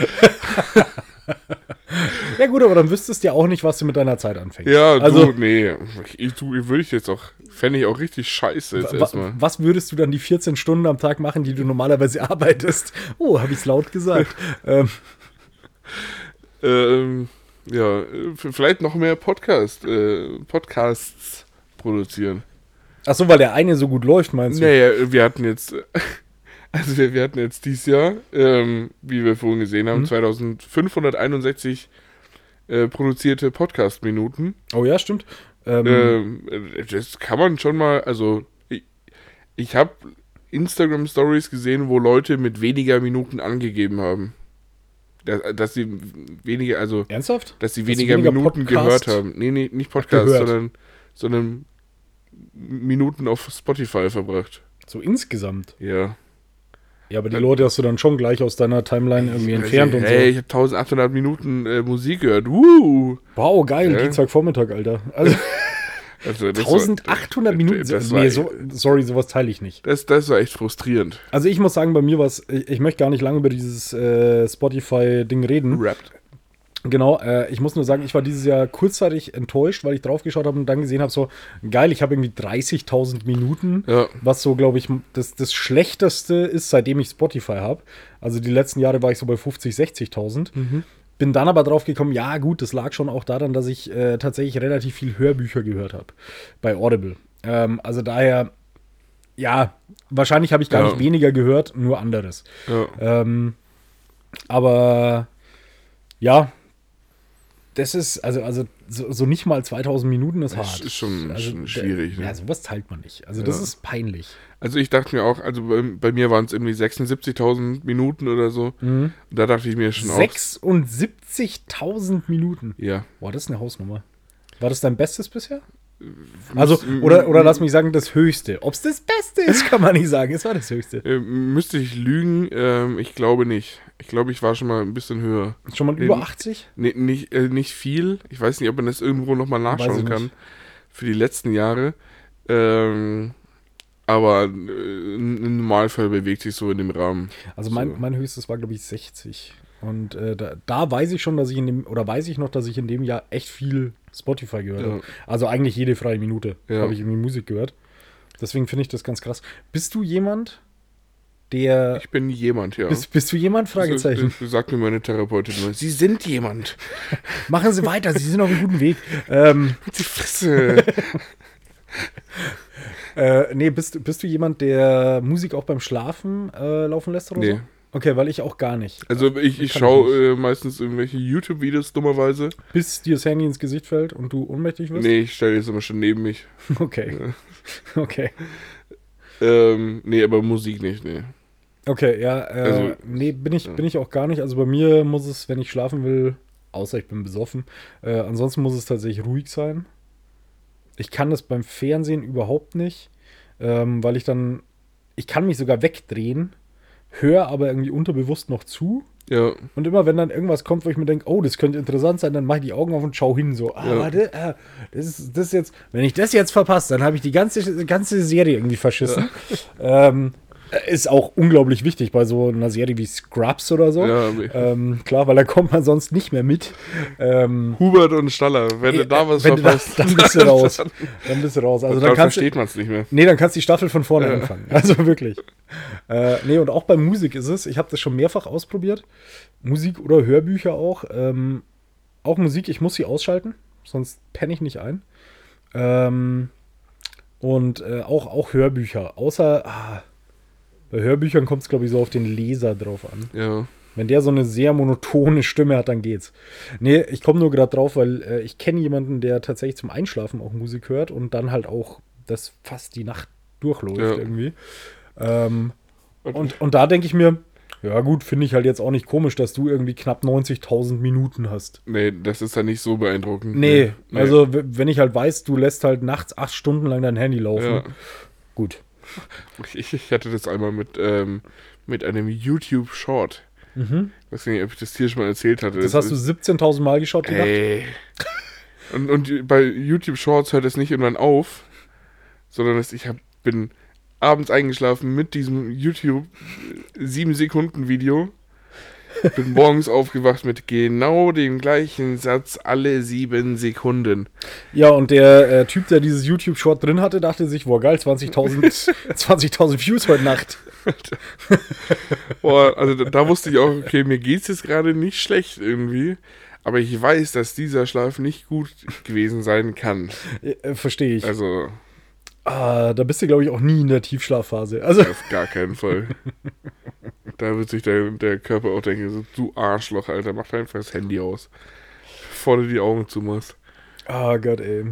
Ja, gut, aber dann wüsstest du ja auch nicht, was du mit deiner Zeit anfängst. Ja, also, du, nee, ich, du, würde ich jetzt auch, fände ich auch richtig scheiße jetzt Wa- erstmal. Was würdest du dann die 14 Stunden am Tag machen, die du normalerweise arbeitest? Oh, habe ich es laut gesagt. ähm, Ähm, ja, äh, v- vielleicht noch mehr Podcast, äh, Podcasts produzieren. ach so, weil der eine so gut läuft, meinst du? Naja, wir hatten jetzt, also wir, wir hatten jetzt dieses Jahr, ähm, wie wir vorhin gesehen Mhm. haben, 2561 äh, produzierte Podcast-Minuten. Oh ja, stimmt. Ähm, Ähm, äh, das kann man schon mal, also ich, ich habe Instagram-Stories gesehen, wo Leute mit weniger Minuten angegeben haben. Dass, dass sie weniger, also Ernsthaft? dass sie Dass sie weniger, weniger Minuten Podcast- gehört haben. Nee, nee, nicht Podcast, Gehört. sondern, sondern Minuten auf Spotify verbracht. So insgesamt. Ja. Ja, aber die Leute hast du dann schon gleich aus deiner Timeline irgendwie entfernt und so. Also, Hey, Äh. ich habe 1800 Minuten äh, Musik gehört. Uh! Wow, geil, Ja. Dienstagvormittag, Alter. Also Also, das 1800 war, Minuten. Das war, nee, so, sorry, sowas teile ich nicht. das, das war echt frustrierend. Also ich muss sagen, bei mir war es, ich, ich möchte gar nicht lange über dieses äh, Spotify-Ding reden. Rappt. Genau, äh, ich muss nur sagen, ich war dieses Jahr kurzzeitig enttäuscht, weil ich draufgeschaut habe und dann gesehen habe, so geil, ich habe irgendwie 30.000 Minuten, Ja. was so, glaube ich, das, das Schlechteste ist, seitdem ich Spotify habe. Also die letzten Jahre war ich so bei 50.000, 60.000. Mhm. Bin dann aber draufgekommen, ja gut, das lag schon auch daran, dass ich äh, tatsächlich relativ viel Hörbücher gehört habe bei Audible. Ähm, also daher, ja, wahrscheinlich habe ich gar Ja. nicht weniger gehört, nur anderes. Ja. Ähm, aber ja, das ist, also, also so, so nicht mal 2000 Minuten ist hart. ist schon- also, schon da- schwierig, ne? Ja, sowas teilt man nicht. Also das Ja. ist peinlich. Also ich dachte mir auch, also bei, bei mir waren es irgendwie 76.000 Minuten oder so. Mhm. Und da dachte ich mir schon auch. 76.000 Minuten. Genau. Ja. Boah, das ist eine Hausnummer. War das dein Bestes bisher? Also, oder, oder lass mich sagen, das Höchste. Ob es das Beste ist, kann man nicht sagen. Es war das Höchste. Äh, müsste ich lügen? Ähm, ich glaube nicht. Ich glaube, ich war schon mal ein bisschen höher. Schon mal über 80? Nee, nicht, äh, nicht viel. Ich weiß nicht, ob man das irgendwo nochmal Weiß ich nachschauen nicht. kann. Für die letzten Jahre. Ähm, aber äh, im Normalfall bewegt sich so in dem Rahmen. Also mein, So. mein höchstes war, glaube ich, 60. Und äh, da, da weiß ich schon, dass ich in dem, oder weiß ich noch, dass ich in dem Jahr echt viel Spotify gehört Ja. habe. Also eigentlich jede freie Minute Ja. habe ich irgendwie Musik gehört. Deswegen finde ich das ganz krass. Bist du jemand, der. Ich bin jemand, ja. Also Bist, bist du jemand? Fragezeichen. Das, das sagt mir meine Therapeutin immer. Sie sind jemand. Machen Sie weiter, Sie sind auf einem guten Weg. Ähm, Die Fresse. äh, nee, bist, du- bist du jemand, der Musik auch beim Schlafen äh, laufen lässt oder Nee. so? Okay, weil ich auch gar nicht. Also ich, ich Kann ich schaue äh, meistens irgendwelche YouTube-Videos dummerweise. Bis dir das Handy ins Gesicht fällt und du ohnmächtig wirst? Nee, ich stelle jetzt immer schon neben mich. Okay. Okay. Ähm, nee, aber Musik nicht, nee. Okay, ja, äh, Also- nee, bin ich, bin ich auch gar nicht. Also bei mir muss es, wenn ich schlafen will, außer ich bin besoffen, äh, ansonsten muss es tatsächlich ruhig sein. Ich kann das beim Fernsehen überhaupt nicht, ähm, weil ich dann, ich kann mich sogar wegdrehen, höre aber irgendwie unterbewusst noch zu. Ja, Und immer wenn dann irgendwas kommt, wo ich mir denke, oh, das könnte interessant sein, dann mache ich die Augen auf und schau hin so. Ah, Ja. warte, ah, das ist das ist jetzt, wenn ich das jetzt verpasse, dann habe ich die ganze, ganze Serie irgendwie verschissen. Ähm, Ist auch unglaublich wichtig bei so einer Serie wie Scrubs oder so. Ja, aber- Ähm, klar, weil da kommt man sonst nicht mehr mit. Ähm, Hubert und Staller, wenn du da was Äh, wenn du verpasst, das, dann bist du raus. Dann bist du raus. Also dann dann kannst du, versteht man es nicht mehr. nee, dann kannst du die Staffel von vorne anfangen. Also wirklich. Äh, nee, und auch bei Musik ist es, ich habe das schon mehrfach ausprobiert. Musik oder Hörbücher auch. Ähm, auch Musik, ich muss sie ausschalten, sonst penne ich nicht ein. Ähm, und äh, auch, auch Hörbücher. Außer ah, bei Hörbüchern kommt es, glaube ich, so auf den Leser drauf an. Ja. Wenn der so eine sehr monotone Stimme hat, dann geht's. Nee, ich komme nur gerade drauf, weil äh, ich kenne jemanden, der tatsächlich zum Einschlafen auch Musik hört und dann halt auch das fast die Nacht durchläuft Ja. irgendwie. Ähm, Und- und, und da denke ich mir, ja gut, finde ich halt jetzt auch nicht komisch, dass du irgendwie knapp 90.000 Minuten hast. Nee, das ist dann nicht so beeindruckend. Nee, also w- wenn ich halt weiß, du lässt halt nachts acht Stunden lang dein Handy laufen. Ja. Gut. Ich, ich hatte das einmal mit, ähm, mit einem YouTube-Short. Ich weiß nicht, ob ich das hier schon mal erzählt hatte. Mhm. Das hast du 17.000 Mal geschaut die Nacht? Ey. Und, und bei YouTube Shorts hört es nicht irgendwann auf, sondern dass ich hab, bin abends eingeschlafen mit diesem YouTube 7 Sekunden Video. Bin morgens aufgewacht mit genau dem gleichen Satz alle sieben Sekunden. Ja, und der äh, Typ, der dieses YouTube-Short drin hatte, dachte sich, boah geil, 20.000 20.000 Views heute Nacht. Boah, also da, da wusste ich auch, okay, mir geht's jetzt gerade nicht schlecht irgendwie. Aber ich weiß, dass dieser Schlaf nicht gut gewesen sein kann. Äh, äh, Verstehe ich. Also, ah, da bist du, glaube ich, auch nie in der Tiefschlafphase. Also, Auf gar keinen Fall. da wird sich der, der Körper auch denken, so, du Arschloch, Alter, mach doch einfach das Handy aus. Bevor du die Augen zumachst. ah Gott, ey.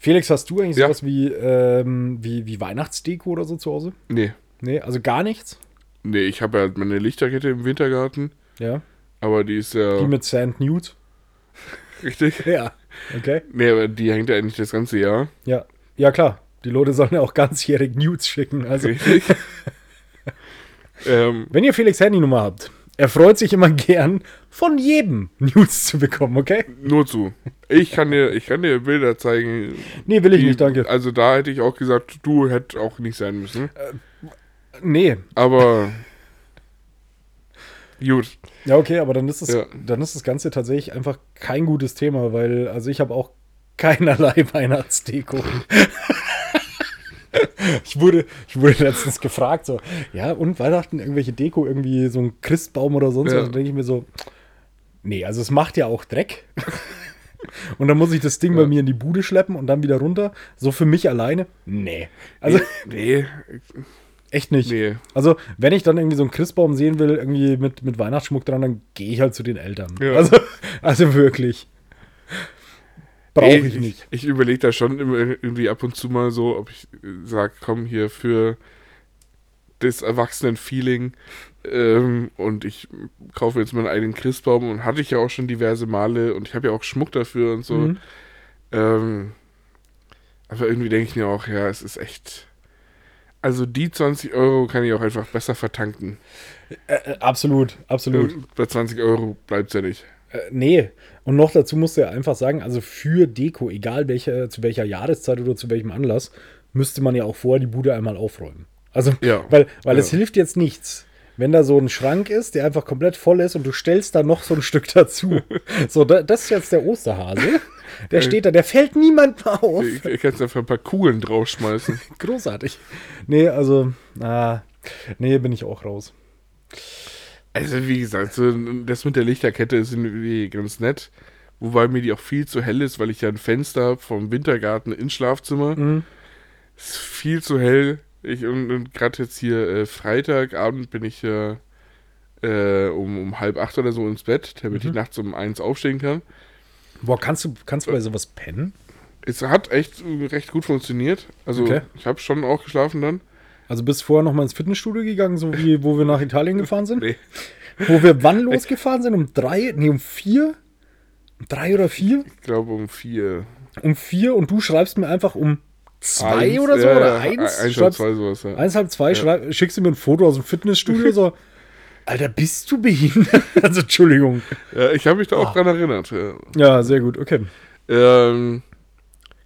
Felix, hast du eigentlich Ja. sowas wie, ähm, wie, wie Weihnachtsdeko oder so zu Hause? Nee. Nee, also gar nichts? Nee, ich habe ja halt meine Lichterkette im Wintergarten, Ja. aber die ist ja Die mit Sand Nude? richtig. Ja. Okay. Nee, aber die hängt ja eigentlich das ganze Jahr. Ja. Ja, klar. Die Leute sollen ja auch ganzjährig Nudes schicken. Also, Richtig. ähm, wenn ihr Felix Handynummer habt, er freut sich immer gern, von jedem Nudes zu bekommen, okay? nur zu. Ich kann dir, ich kann dir Bilder zeigen. Nee, will ich die- nicht, danke. Also da hätte ich auch gesagt, du hätte auch nicht sein müssen. Nee. Aber gut. Ja, okay, aber dann ist, das, Ja. dann ist das Ganze tatsächlich einfach kein gutes Thema, weil, also ich habe auch keinerlei Weihnachtsdeko. ich, wurde, ich wurde letztens gefragt, so, ja, und Weihnachten irgendwelche Deko, irgendwie so ein Christbaum oder sonst Ja. was. Da denke ich mir so, nee, also es macht ja auch Dreck. Und dann muss ich das Ding bei mir in die Bude schleppen und dann wieder runter. So für mich alleine? Nee. Also Nee, echt nicht. Nee. Also, wenn ich dann irgendwie so einen Christbaum sehen will, irgendwie mit, mit Weihnachtsschmuck dran, dann gehe ich halt zu den Eltern. Ja. Also, also wirklich. Brauche Ey, ich nicht. Ich, überlege da schon immer irgendwie ab und zu mal so, ob ich sage, komm hier für das Erwachsenen-Feeling ähm, und ich kaufe jetzt meinen eigenen Christbaum und hatte ich ja auch schon diverse Male und ich habe ja auch Schmuck dafür und so. Mhm. Ähm, aber irgendwie denke ich mir auch, ja, es ist echt. Also die 20 Euro kann ich auch einfach besser vertanken. Äh, absolut, absolut. Ähm, Bei 20 Euro bleibt es ja nicht. Äh, nee. Und noch dazu musst du ja einfach sagen, also für Deko, egal welche, zu welcher Jahreszeit oder zu welchem Anlass, müsste man ja auch vorher die Bude einmal aufräumen. Also, Ja. weil, weil es Ja. hilft jetzt nichts. Wenn da so ein Schrank ist, der einfach komplett voll ist und du stellst da noch so ein Stück dazu. So, da, das ist jetzt der Osterhase. Der steht da, der fällt niemandem auf. Ich, ich kann es einfach ein paar Kugeln draufschmeißen. Großartig. Nee, also, ah, nee, bin ich auch raus. Also, wie gesagt, so, das mit der Lichterkette ist irgendwie ganz nett. Wobei mir die auch viel zu hell ist, weil ich ja ein Fenster habe vom Wintergarten ins Schlafzimmer. Mhm. Ist viel zu hell. Ich, und und gerade jetzt hier äh, Freitagabend bin ich ja äh, um, um halb acht oder so ins Bett, damit Mhm. ich nachts um eins aufstehen kann. Boah, kannst du, kannst Äh. du bei sowas pennen? Es hat echt äh, recht gut funktioniert. Also, Okay. ich habe schon auch geschlafen dann. Also bist du vorher noch mal ins Fitnessstudio gegangen, so wie wo wir nach Italien gefahren sind? Nee. Wo wir wann losgefahren sind? Um drei, nee, um vier? Um drei oder vier? Ich glaube, um vier. Um vier und du schreibst mir einfach um zwei Eins, oder so ja, ja, oder eins? Eins oder schreibst, zwei, sowas. Ja. Eins, halb zwei, schreib, schickst du mir ein Foto aus dem Fitnessstudio, so. Alter, bist du behindert? Also, Entschuldigung. Ja, ich habe mich da Ah. auch dran erinnert. Ja. Ja, sehr gut, okay. Ähm,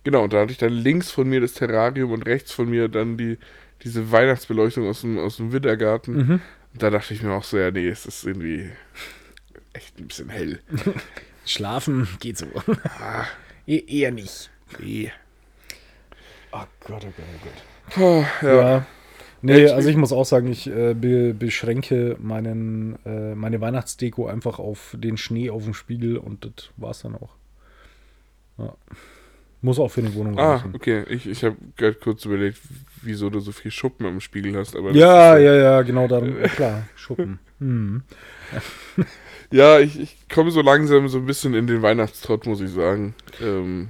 genau, und da hatte ich dann links von mir das Terrarium und rechts von mir dann die, diese Weihnachtsbeleuchtung aus dem, aus dem Wintergarten. Mhm. Da dachte ich mir auch so, ja, nee, es ist irgendwie echt ein bisschen hell. Schlafen geht Oh so. E eher nicht. Nee. Oh Gott, oh Gott, oh Gott. Oh, ja. Ja. Nee, Echt? also ich muss auch sagen, ich äh, be beschränke meinen, äh, meine Weihnachtsdeko einfach auf den Schnee auf dem Spiegel und das war's dann auch. Ja. Muss auch für eine Wohnung Ah, reichen. okay. Ich, ich habe gerade kurz überlegt, wieso du so viel Schuppen am Spiegel hast. Aber das Ja, ist ja, ja, genau darum. Klar, Schuppen. Hm. Ja, ich, ich komme so langsam so ein bisschen in den Weihnachtstrott, muss ich sagen. Ähm,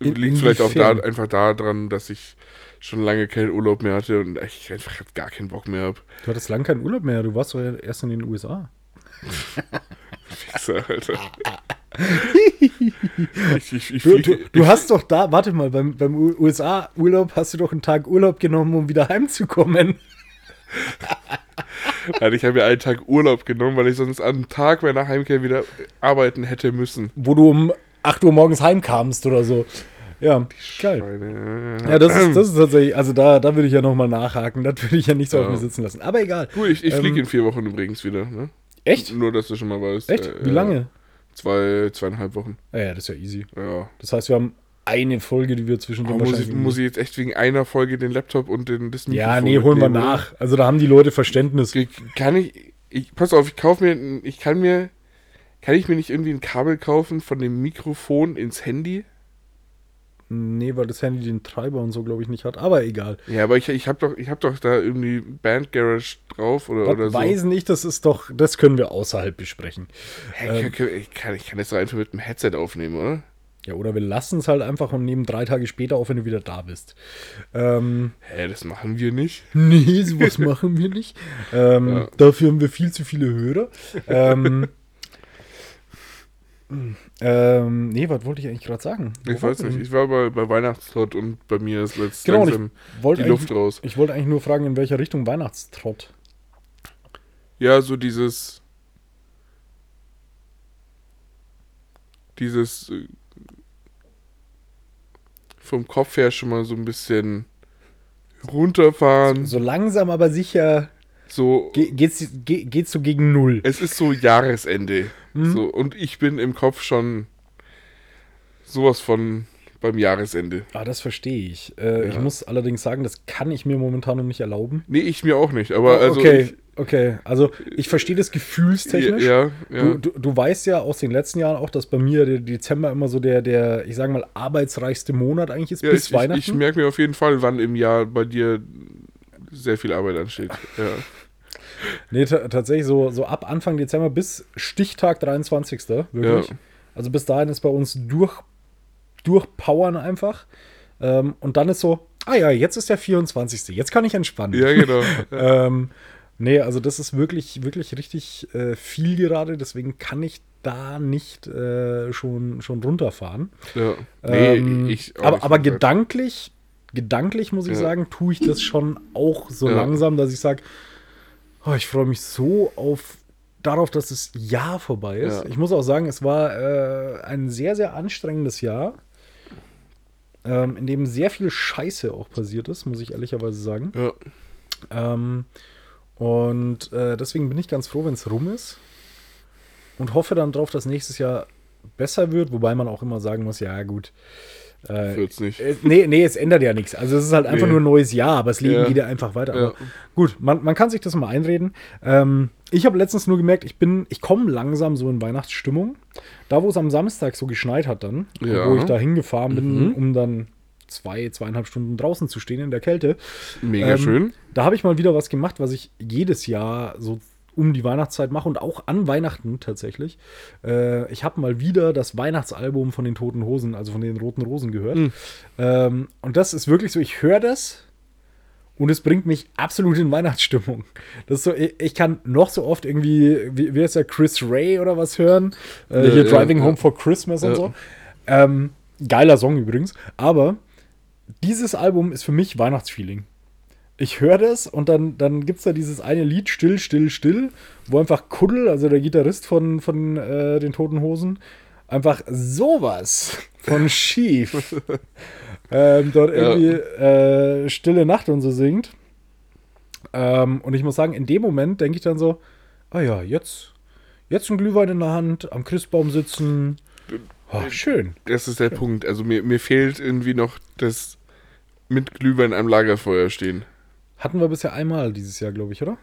In- liegt vielleicht auch da, inwiefern? einfach daran, dass ich schon lange keinen Urlaub mehr hatte und ich einfach gar keinen Bock mehr habe. Du hattest lange keinen Urlaub mehr, du warst doch erst in den USA. Fixer, Alter. ich, ich, ich Du, fliege- du, du hast doch da, warte mal, beim, beim USA-Urlaub hast du doch einen Tag Urlaub genommen, um wieder heimzukommen. Alter, ich habe ja einen Tag Urlaub genommen, weil ich sonst am Tag meiner Heimkehr wieder arbeiten hätte müssen. Wo du um 8 Uhr morgens heimkamst oder so. Ja, geil. Meine- Ja, das ist, das ist tatsächlich, also da, da würde ich ja nochmal nachhaken, das würde ich ja nicht so auf Ja. mir sitzen lassen. Aber egal. Du, ich, ich fliege Ähm, in vier Wochen übrigens wieder. Ne? Echt? Nur, dass du schon mal weißt. Echt? äh, Wie lange? Ah Zwei, zweieinhalb Wochen. Ja, ja, das ist ja easy. Ja. Das heißt, wir haben eine Folge, die wir zwischendrin Aber muss, ich, wahrscheinlich- muss ich jetzt echt wegen einer Folge den Laptop und den, das Ja, nee, holen wir mitnehmen, oder? nach. Also da haben die Leute Verständnis. Ge- Kann ich, ich, pass auf, ich kauf mir, ein- ich kann mir, kann ich mir nicht irgendwie ein Kabel kaufen von dem Mikrofon ins Handy? Nee, weil das Handy den Treiber und so, glaube ich, nicht hat. Aber egal. Ja, aber ich, ich habe doch, ich hab doch da irgendwie Bandgarage drauf oder, oder Das so. weiß nicht, das ist doch, das können wir außerhalb besprechen. Hä, ich, kann, ich, kann, ich kann das doch einfach mit dem Headset aufnehmen, oder? Ja, oder wir lassen es halt einfach und nehmen drei Tage später auf, wenn du wieder da bist. Ähm, Hä, das machen wir nicht. Nee, sowas machen wir nicht. Ähm, Ja. Dafür haben wir viel zu viele Hörer. Ähm, ähm, nee, was wollte ich eigentlich gerade sagen? Wo ich war weiß denn? nicht. Ich war bei, bei Weihnachtstrott und bei mir ist jetzt Genau, und langsam ich wollte die Luft eigentlich- raus. Ich wollte eigentlich nur fragen, in welcher Richtung Weihnachtstrott. Ja, so dieses. Dieses. äh, Vom Kopf her schon mal so ein bisschen runterfahren. So. So langsam, aber sicher ge geht's, ge geht's so gegen Null. es ist so Jahresende. Hm? So, und ich bin im Kopf schon sowas von beim Jahresende. Ah, das verstehe ich. Äh, Ich Ja. muss allerdings sagen, das kann ich mir momentan noch nicht erlauben. Oh, Nee, ich mir auch nicht, aber also. Ah, okay, okay. Also ich verstehe das gefühlstechnisch. Ich, ja, ja. Du, du, du weißt ja aus den letzten Jahren auch, dass bei mir der Dezember immer so der, der ich sage mal, arbeitsreichste Monat eigentlich ist, ja bis ich, Weihnachten. Ich, ich merke mir auf jeden Fall, wann im Jahr bei dir sehr viel Arbeit ansteht. Ja. nee, ta- tatsächlich so, so ab Anfang Dezember bis Stichtag 23. Wirklich. Ja. Also bis dahin ist bei uns durch, durchpowern einfach. Ähm, und dann ist so, ah ja, jetzt ist der 24. Jetzt kann ich entspannen. Ja, genau. Ähm, nee, also das ist wirklich, wirklich richtig äh, viel gerade. Deswegen kann ich da nicht äh, schon, schon runterfahren. Ja. Nee, Ähm, ich. auch aber aber nicht so weit. gedanklich, gedanklich muss ich Ja. sagen, tue ich das schon auch so Ja. langsam, dass ich sage, oh, ich freue mich so auf darauf, dass das Jahr vorbei ist. Ja. Ich muss auch sagen, es war äh, ein sehr, sehr anstrengendes Jahr, ähm, in dem sehr viel Scheiße auch passiert ist, muss ich ehrlicherweise sagen. Ja. Ähm, und äh, deswegen bin ich ganz froh, wenn es rum ist. Und hoffe dann drauf, dass nächstes Jahr besser wird, wobei man auch immer sagen muss, ja gut. Äh, Wird's nicht. äh, nee, nee, es ändert ja nichts. Also es ist halt einfach Nee. nur ein neues Jahr, aber das Leben Ja. geht ja einfach weiter. Ja. Aber gut, man, man kann sich das mal einreden. Ähm, ich habe letztens nur gemerkt, ich bin, ich komme langsam so in Weihnachtsstimmung. Da, wo es am Samstag so geschneit hat dann, und Ja. Mhm. wo ich da hingefahren bin, um dann zwei, zweieinhalb Stunden draußen zu stehen in der Kälte. Mega Ähm, schön. Da habe ich mal wieder was gemacht, was ich jedes Jahr so um die Weihnachtszeit mache und auch an Weihnachten tatsächlich. Äh, ich habe mal wieder das Weihnachtsalbum von den Toten Hosen, also von den Roten Rosen gehört. Ähm, und das ist wirklich so, ich höre das und es bringt mich absolut in Weihnachtsstimmung. Das ist so, ich, ich kann noch so oft irgendwie, wie, wie heißt der, Chris Ray oder was hören. Äh, Ja, hier ja, Driving ja. Home for Christmas und Ja. so. Ähm, geiler Song übrigens. Aber dieses Album ist für mich Weihnachtsfeeling. Ich höre das und dann, dann gibt es da dieses eine Lied, Still, Still, Still, wo einfach Kuddel, also der Gitarrist von, von äh, den Toten Hosen, einfach sowas von schief ähm, dort Ja. irgendwie äh, Stille Nacht und so singt. Ähm, und ich muss sagen, in dem Moment denke ich dann so, ah ja, jetzt, jetzt ein Glühwein in der Hand, am Christbaum sitzen. Ah, schön. Das ist der Punkt. Also mir, mir fehlt irgendwie noch das mit Glühwein am Lagerfeuer stehen. Hatten wir bisher einmal dieses Jahr, glaube ich, oder?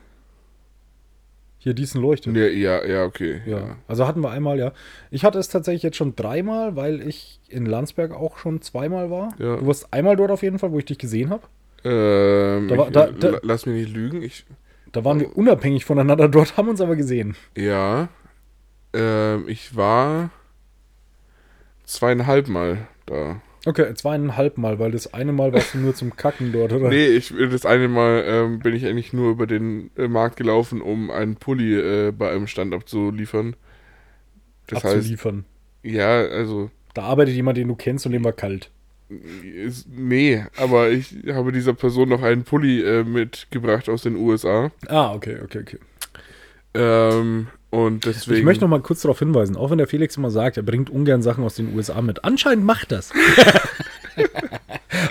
Hier Diesen leuchtet. Ja, ja, ja okay. Ja. Also hatten wir einmal, ja. Ich hatte es tatsächlich jetzt schon dreimal, weil ich in Landsberg auch schon zweimal war. Ja. Du warst einmal dort auf jeden Fall, wo ich dich gesehen habe. Ähm, Da war- ich, da- da- la- lass mich nicht lügen. Ich, Da waren wir unabhängig voneinander dort, haben uns aber gesehen. ja. Ähm, ich war zweieinhalb Mal da. Okay, zweieinhalb Mal, weil das eine Mal warst du nur zum Kacken dort, oder? Nee, ich, das eine Mal ähm, bin ich eigentlich nur über den äh, Markt gelaufen, um einen Pulli äh, bei einem Stand abzuliefern. Das heißt, Abzuliefern. ja, also, da arbeitet jemand, den du kennst und dem war kalt. ist, nee, aber ich habe dieser Person noch einen Pulli äh, mitgebracht aus den USA. Ah, okay, okay, okay. Ähm, und deswegen. Ich möchte noch mal kurz darauf hinweisen, auch wenn der Felix immer sagt, er bringt ungern Sachen aus den USA mit. Anscheinend macht das.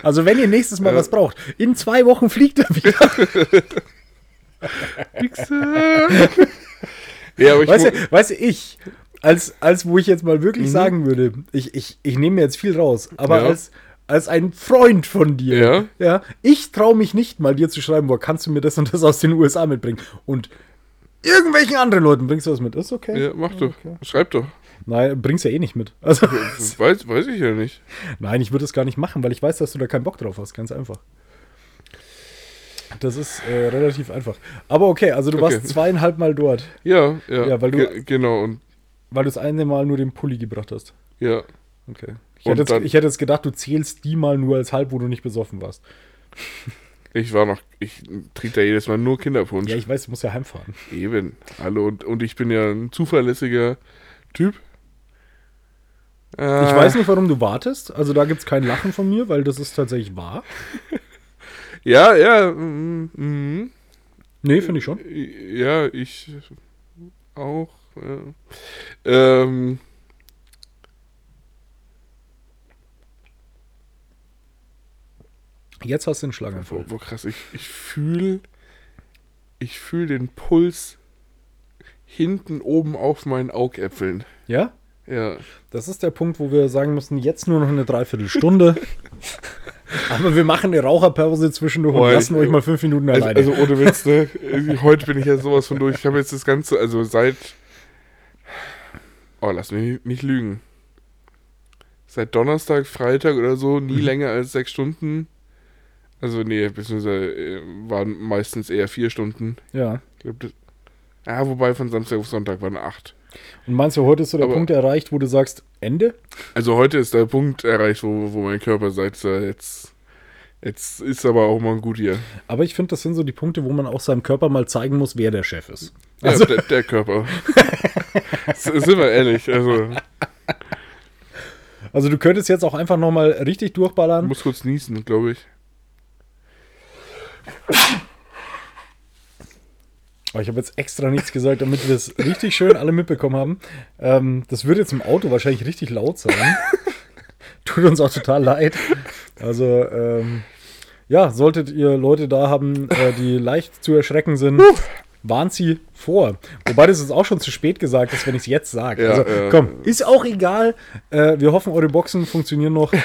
also wenn ihr nächstes Äh. Mal was braucht, in zwei Wochen fliegt er wieder. ja, aber ich Weißt mu- du, weißt du, ich, als, als wo ich jetzt mal wirklich sagen würde, ich, ich, ich nehme mir jetzt viel raus, aber Mhm. Ja. als, als ein Freund von dir, Ja. ich traue mich nicht mal dir zu schreiben, boah, kannst du mir das und das aus den USA mitbringen? Und irgendwelchen anderen Leuten bringst du das mit. Ist okay. Ja, mach doch. Schreib doch. Nein, bringst ja eh nicht mit. Also, Weiß, weiß ich ja nicht. nein, ich würde es gar nicht machen, weil ich weiß, dass du da keinen Bock drauf hast. Ganz einfach. Das ist äh, relativ einfach. Aber okay, also du Okay. warst zweieinhalb Mal dort, Ja, ja. Ja, weil du- Ge genau, und weil du das eine Mal nur den Pulli gebracht hast. ja. Okay. Ich Und hätte, jetzt, dann- ich hätte jetzt gedacht, du zählst die mal nur als halb, wo du nicht besoffen warst. Ich war noch, ich trinke da jedes Mal nur Kinderpunsch. Ja, ich weiß, du musst ja heimfahren. Eben. Hallo, und, und ich bin ja ein zuverlässiger Typ. Ah. Äh, Ich weiß nicht, warum du wartest. Also da gibt es kein Lachen von mir, weil das ist tatsächlich wahr. Ja, ja. mm, mm, Nee, finde ich schon. ja, ich auch. Ja. Ähm, Jetzt hast du den Schlaganfall. boah, boah, krass, ich, ich fühle ich fühl den Puls hinten oben auf meinen Augäpfeln. Ja? Ja. Das ist der Punkt, wo wir sagen müssen, jetzt nur noch eine Dreiviertelstunde. Aber wir machen eine Raucherpause zwischendurch Boah, und lassen ich- euch mal fünf Minuten Also, alleine. also ohne Witz, ne? Irgendwie Heute bin ich ja sowas von durch. Ich habe jetzt das Ganze, also seit. Oh, lass mich nicht lügen. Seit Donnerstag, Freitag oder so, nie länger als sechs Stunden. Also, nee, beziehungsweise äh, waren meistens eher vier Stunden. ja. Ich glaub, das, ja, wobei von Samstag auf Sonntag waren acht. Und meinst du, heute ist so der Aber- Punkt erreicht, wo du sagst, Ende? Also, heute ist der Punkt erreicht, wo, wo mein Körper sagt, so, jetzt, jetzt ist aber auch mal gut hier. Aber ich finde, das sind so die Punkte, wo man auch seinem Körper mal zeigen muss, wer der Chef ist. Ja, Also- der, der Körper. S- Sind wir ehrlich, also Also du könntest jetzt auch einfach nochmal richtig ich durchballern. muss kurz niesen, glaube ich. Aber ich habe jetzt extra nichts gesagt, damit wir das richtig schön alle mitbekommen haben. Ähm, das würde jetzt im Auto wahrscheinlich richtig laut sein. Tut uns auch total leid. Also, ähm, ja, solltet ihr Leute da haben, äh, die leicht zu erschrecken sind, warnt sie vor. Wobei das jetzt auch schon zu spät gesagt ist, wenn ich es jetzt sage. Ja, also, ja. komm, ist auch egal. Äh, wir hoffen, eure Boxen funktionieren noch. Ich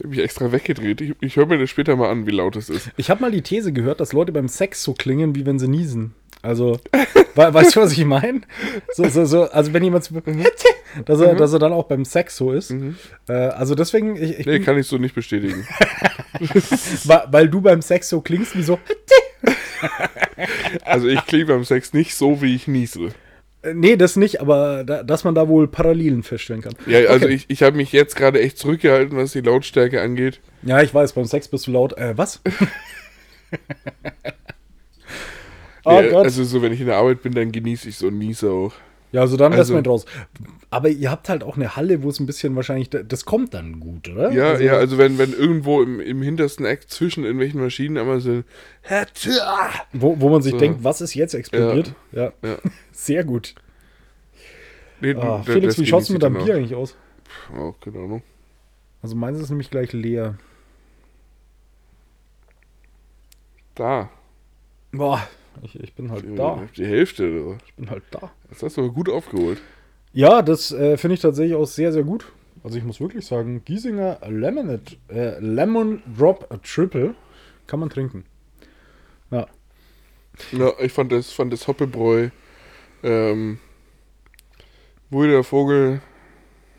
habe mich extra weggedreht. Ich, ich höre mir das später mal an, wie laut es ist. Ich habe mal die These gehört, dass Leute beim Sex so klingen, wie wenn sie niesen. Also, we weißt du, was ich meine? So, so, so, also wenn jemand so, dass Mhm. er, dass er dann auch beim Sex so ist. Äh, also deswegen, ich, ich Nee, bin, kann ich so nicht bestätigen. wa- weil du beim Sex so klingst, wie so. Also ich klinge beim Sex nicht so, wie ich niese. Äh, Nee, das nicht, aber da, dass man da wohl Parallelen feststellen kann. Ja, also Okay. ich, ich habe mich jetzt gerade echt zurückgehalten, was die Lautstärke angeht. ja, ich weiß, beim Sex bist du laut. Äh, was? oh Nee, Gott. Also so, wenn ich in der Arbeit bin, dann genieße ich so und niese auch. ja, also dann lässt also- man draus. Aber ihr habt halt auch eine Halle, wo es ein bisschen wahrscheinlich, das kommt dann gut, oder? Ja, also, ja, also wenn, wenn irgendwo im, im hintersten Eck zwischen irgendwelchen Maschinen einmal so... Ja, Wo, wo man sich denkt, was ist jetzt explodiert? Ja. Ja. Sehr gut. nee, Ah, d- Felix, das Ah, wie schaut's genieße ich mit deinem dann Bier eigentlich aus? genau, ne? Auch, keine Ahnung. Also meins ist nämlich gleich leer. Da. Boah, ich, ich bin halt da. Auf die Hälfte oder so. Ich bin halt da. Das hast du aber gut aufgeholt. Ja, das äh, finde ich tatsächlich auch sehr, sehr gut. Also ich muss wirklich sagen, Giesinger Lemonade, äh, Lemon Drop Triple kann man trinken. Ja, Ja, ich fand das, fand das Hoppebräu. Ähm, Wurde der Vogel.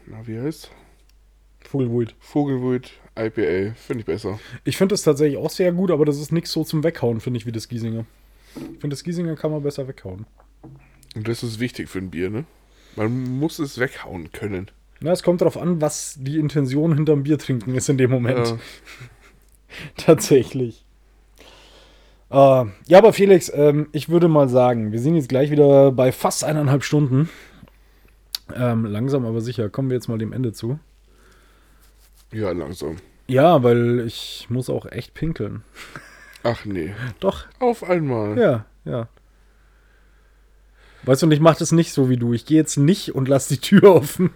Na, wie heißt? Vogelwut. Vogelwut IPA. Finde ich besser. Ich finde das tatsächlich auch sehr gut, aber das ist nichts so zum Weghauen, finde ich, wie das Giesinger. Ich finde, das Giesinger kann man besser weghauen. Und das ist wichtig für ein Bier, ne? Man muss es weghauen können. Na, es kommt darauf an, was die Intention hinterm Bier trinken ist in dem Moment. Ja. Tatsächlich. Äh, ja, aber Felix, ähm, ich würde mal sagen, wir sind jetzt gleich wieder bei fast eineinhalb Stunden. Ähm, langsam aber sicher kommen wir jetzt mal dem Ende zu. Äh, ja, langsam. Ja, weil ich muss auch echt pinkeln. Ach nee. Doch, Auf einmal. ja, ja. Weißt du, und ich mache das nicht so wie du. Ich gehe jetzt nicht und lasse die Tür offen.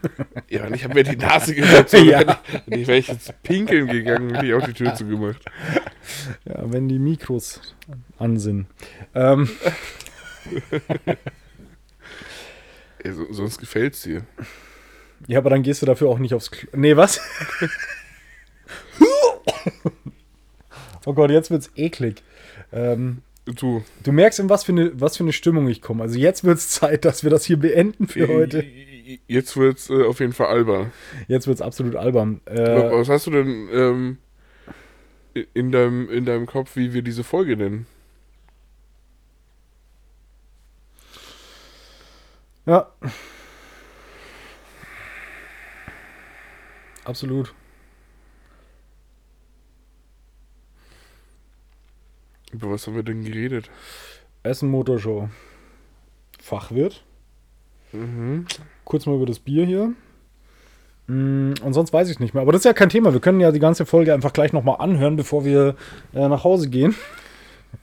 Ja, und ich habe mir die Nase gestopft. Ja. ja. Wenn ich, wenn ich jetzt pinkeln gegangen, hätte ich auch die Tür zugemacht. Ja, wenn die Mikros an sind. Ähm, Ey, so, sonst gefällt's dir. ja, aber dann gehst du dafür auch nicht aufs Klo. Nee, was? oh Gott, jetzt wird's eklig. Ähm, Du. du merkst, in was für eine, was für eine Stimmung ich komme. Also jetzt wird's Zeit, dass wir das hier beenden für heute. Jetzt wird's äh, auf jeden Fall albern. Jetzt wird's absolut albern. Wa- Äh, Was hast du denn ähm, in, deinem, in deinem Kopf, wie wir diese Folge nennen? ja. Absolut. Über was haben wir denn geredet? Essen Motorshow. Fachwirt. Mhm. kurz mal über das Bier hier. Mm, Und sonst weiß ich nicht mehr. Aber das ist ja kein Thema. Wir können ja die ganze Folge einfach gleich nochmal anhören, bevor wir äh, nach Hause gehen.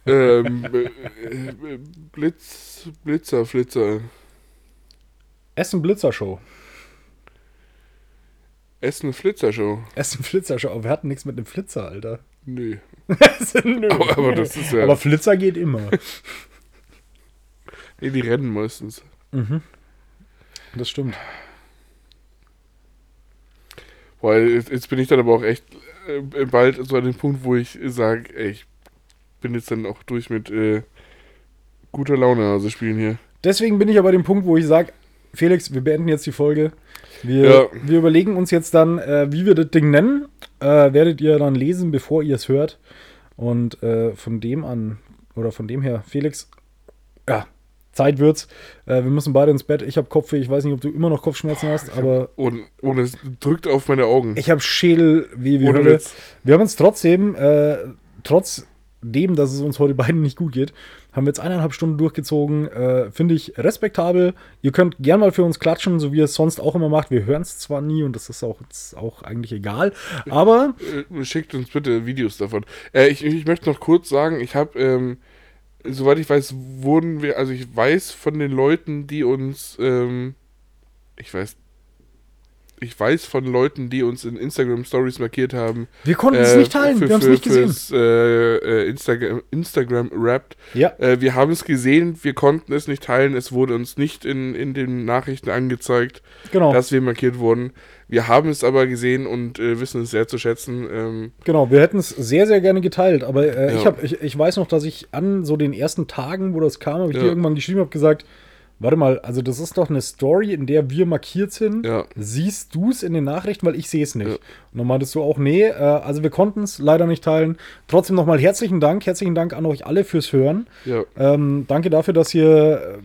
ähm, äh, äh, Blitz, Blitzer, Flitzer. Essen Blitzershow. Essen Flitzershow. Essen Flitzershow. Aber wir hatten nichts mit einem Flitzer, Alter. Nö. Nö. Aber- aber das ist ja- Aber Flitzer geht immer. Nee, die rennen meistens. Mhm. Das stimmt. Weil jetzt, jetzt bin ich dann aber auch echt äh, bald so an dem Punkt, wo ich sage, ey, ich bin jetzt dann auch durch mit äh, guter Laune also spielen hier. Deswegen bin ich aber bei dem Punkt, wo ich sage, Felix, wir beenden jetzt die Folge. Wir, Ja. wir überlegen uns jetzt dann, äh, wie wir das Ding nennen. Äh, werdet ihr dann lesen, bevor ihr es hört. Und äh, von dem an, oder von dem her, Felix, ja, Zeit wird's. Äh, wir müssen beide ins Bett. Ich habe Kopfweh. Ich weiß nicht, ob du immer noch Kopfschmerzen hast, aber Und, und es drückt auf meine Augen. ich habe Schädelweh wie Ohne Hölle. Witz. Wir haben uns trotzdem, äh, trotz dem, dass es uns heute beiden nicht gut geht, haben wir jetzt eineinhalb Stunden durchgezogen. Äh, Finde ich respektabel. Ihr könnt gern mal für uns klatschen, so wie ihr es sonst auch immer macht. Wir hören es zwar nie und das ist auch, ist auch eigentlich egal, aber Äh, Schickt uns bitte Videos davon. Äh, ich, ich möchte noch kurz sagen, ich habe, ähm, soweit ich weiß, wurden wir, also ich weiß von den Leuten, die uns, ähm, ich weiß, ich weiß von Leuten, die uns in Instagram Stories markiert haben. wir konnten es äh, nicht teilen. für- wir haben es für- nicht gesehen. Fürs, äh, äh, Instagram, Instagram Wrapped. Ja, Äh, wir haben es gesehen, wir konnten es nicht teilen, es wurde uns nicht in, in den Nachrichten angezeigt genau. dass wir markiert wurden. Wir haben es aber gesehen und äh, wissen es sehr zu schätzen. Ähm, Genau, wir hätten es sehr, sehr gerne geteilt, aber äh, ich, Ja. hab, ich, ich weiß noch, dass ich an so den ersten Tagen, wo das kam, habe ich dir Ja. irgendwann geschrieben, habe gesagt, warte mal, also das ist doch eine Story, in der wir markiert sind. Ja. Siehst du es in den Nachrichten, weil ich sehe es nicht. Ja. Und dann meintest du auch, nee, äh, also wir konnten es leider nicht teilen. Trotzdem nochmal herzlichen Dank, herzlichen Dank an euch alle fürs Hören. ja, Ähm, danke dafür, dass ihr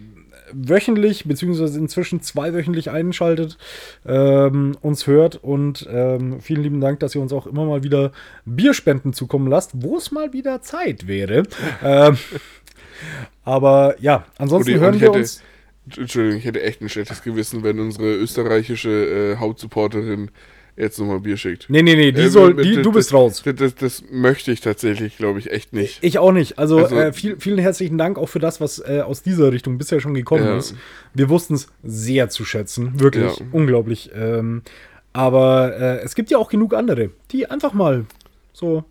ähm, wöchentlich, beziehungsweise inzwischen zweiwöchentlich einschaltet, ähm, uns hört und ähm, vielen lieben Dank, dass ihr uns auch immer mal wieder Bierspenden zukommen lasst, wo es mal wieder Zeit wäre. ähm, aber ja, ansonsten Und ich- und hören ich wir hätte- uns. Entsch- Entschuldigung, ich hätte echt ein schlechtes Gewissen, wenn unsere österreichische äh, Hauptsupporterin jetzt nochmal Bier schickt. Nee, nee, nee, die Äh, soll, mit- die, mit- du bist raus. Das, das, das möchte ich tatsächlich, glaube ich, echt nicht. Ich auch nicht. Also, Also- äh, viel, vielen herzlichen Dank auch für das, was äh, aus dieser Richtung bisher schon gekommen Ja. ist. Wir wussten es sehr zu schätzen. Wirklich Ja. unglaublich. Ähm, Aber äh, es gibt ja auch genug andere, die einfach mal so.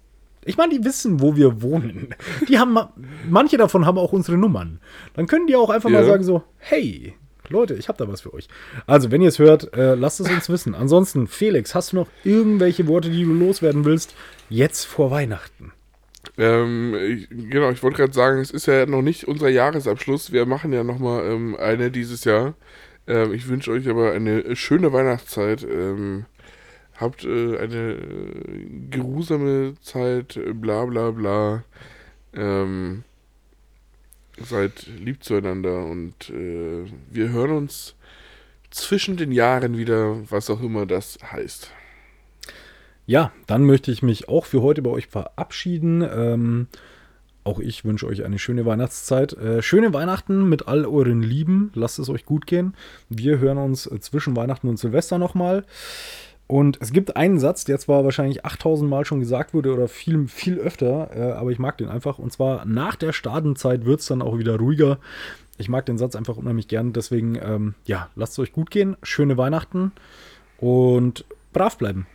Ich meine, die wissen, wo wir wohnen. Die haben ma- manche davon haben auch unsere Nummern. Dann können die auch einfach mal Ja. sagen so, hey, Leute, ich habe da was für euch. Also, wenn ihr es hört, äh, lasst es uns wissen. Ansonsten, Felix, hast du noch irgendwelche Worte, die du loswerden willst? Jetzt vor Weihnachten. Ähm, ich, genau, ich wollte gerade sagen, es ist ja noch nicht unser Jahresabschluss. Wir machen ja nochmal ähm, eine dieses Jahr. Ähm, ich wünsche euch aber eine schöne Weihnachtszeit. Ähm, habt äh, eine äh, geruhsame Zeit, äh, bla bla bla. Ähm, seid lieb zueinander und äh, wir hören uns zwischen den Jahren wieder, was auch immer das heißt. Ja, dann möchte ich mich auch für heute bei euch verabschieden. Ähm, auch ich wünsche euch eine schöne Weihnachtszeit. Äh, schöne Weihnachten mit all euren Lieben. Lasst es euch gut gehen. Wir hören uns äh, zwischen Weihnachten und Silvester nochmal. Und es gibt einen Satz, der zwar wahrscheinlich 8000 Mal schon gesagt wurde oder viel, viel öfter, äh, aber ich mag den einfach. Und zwar nach der Stadenzeit wird es dann auch wieder ruhiger. Ich mag den Satz einfach unheimlich gern. Deswegen, ähm, ja, lasst es euch gut gehen. Schöne Weihnachten und brav bleiben.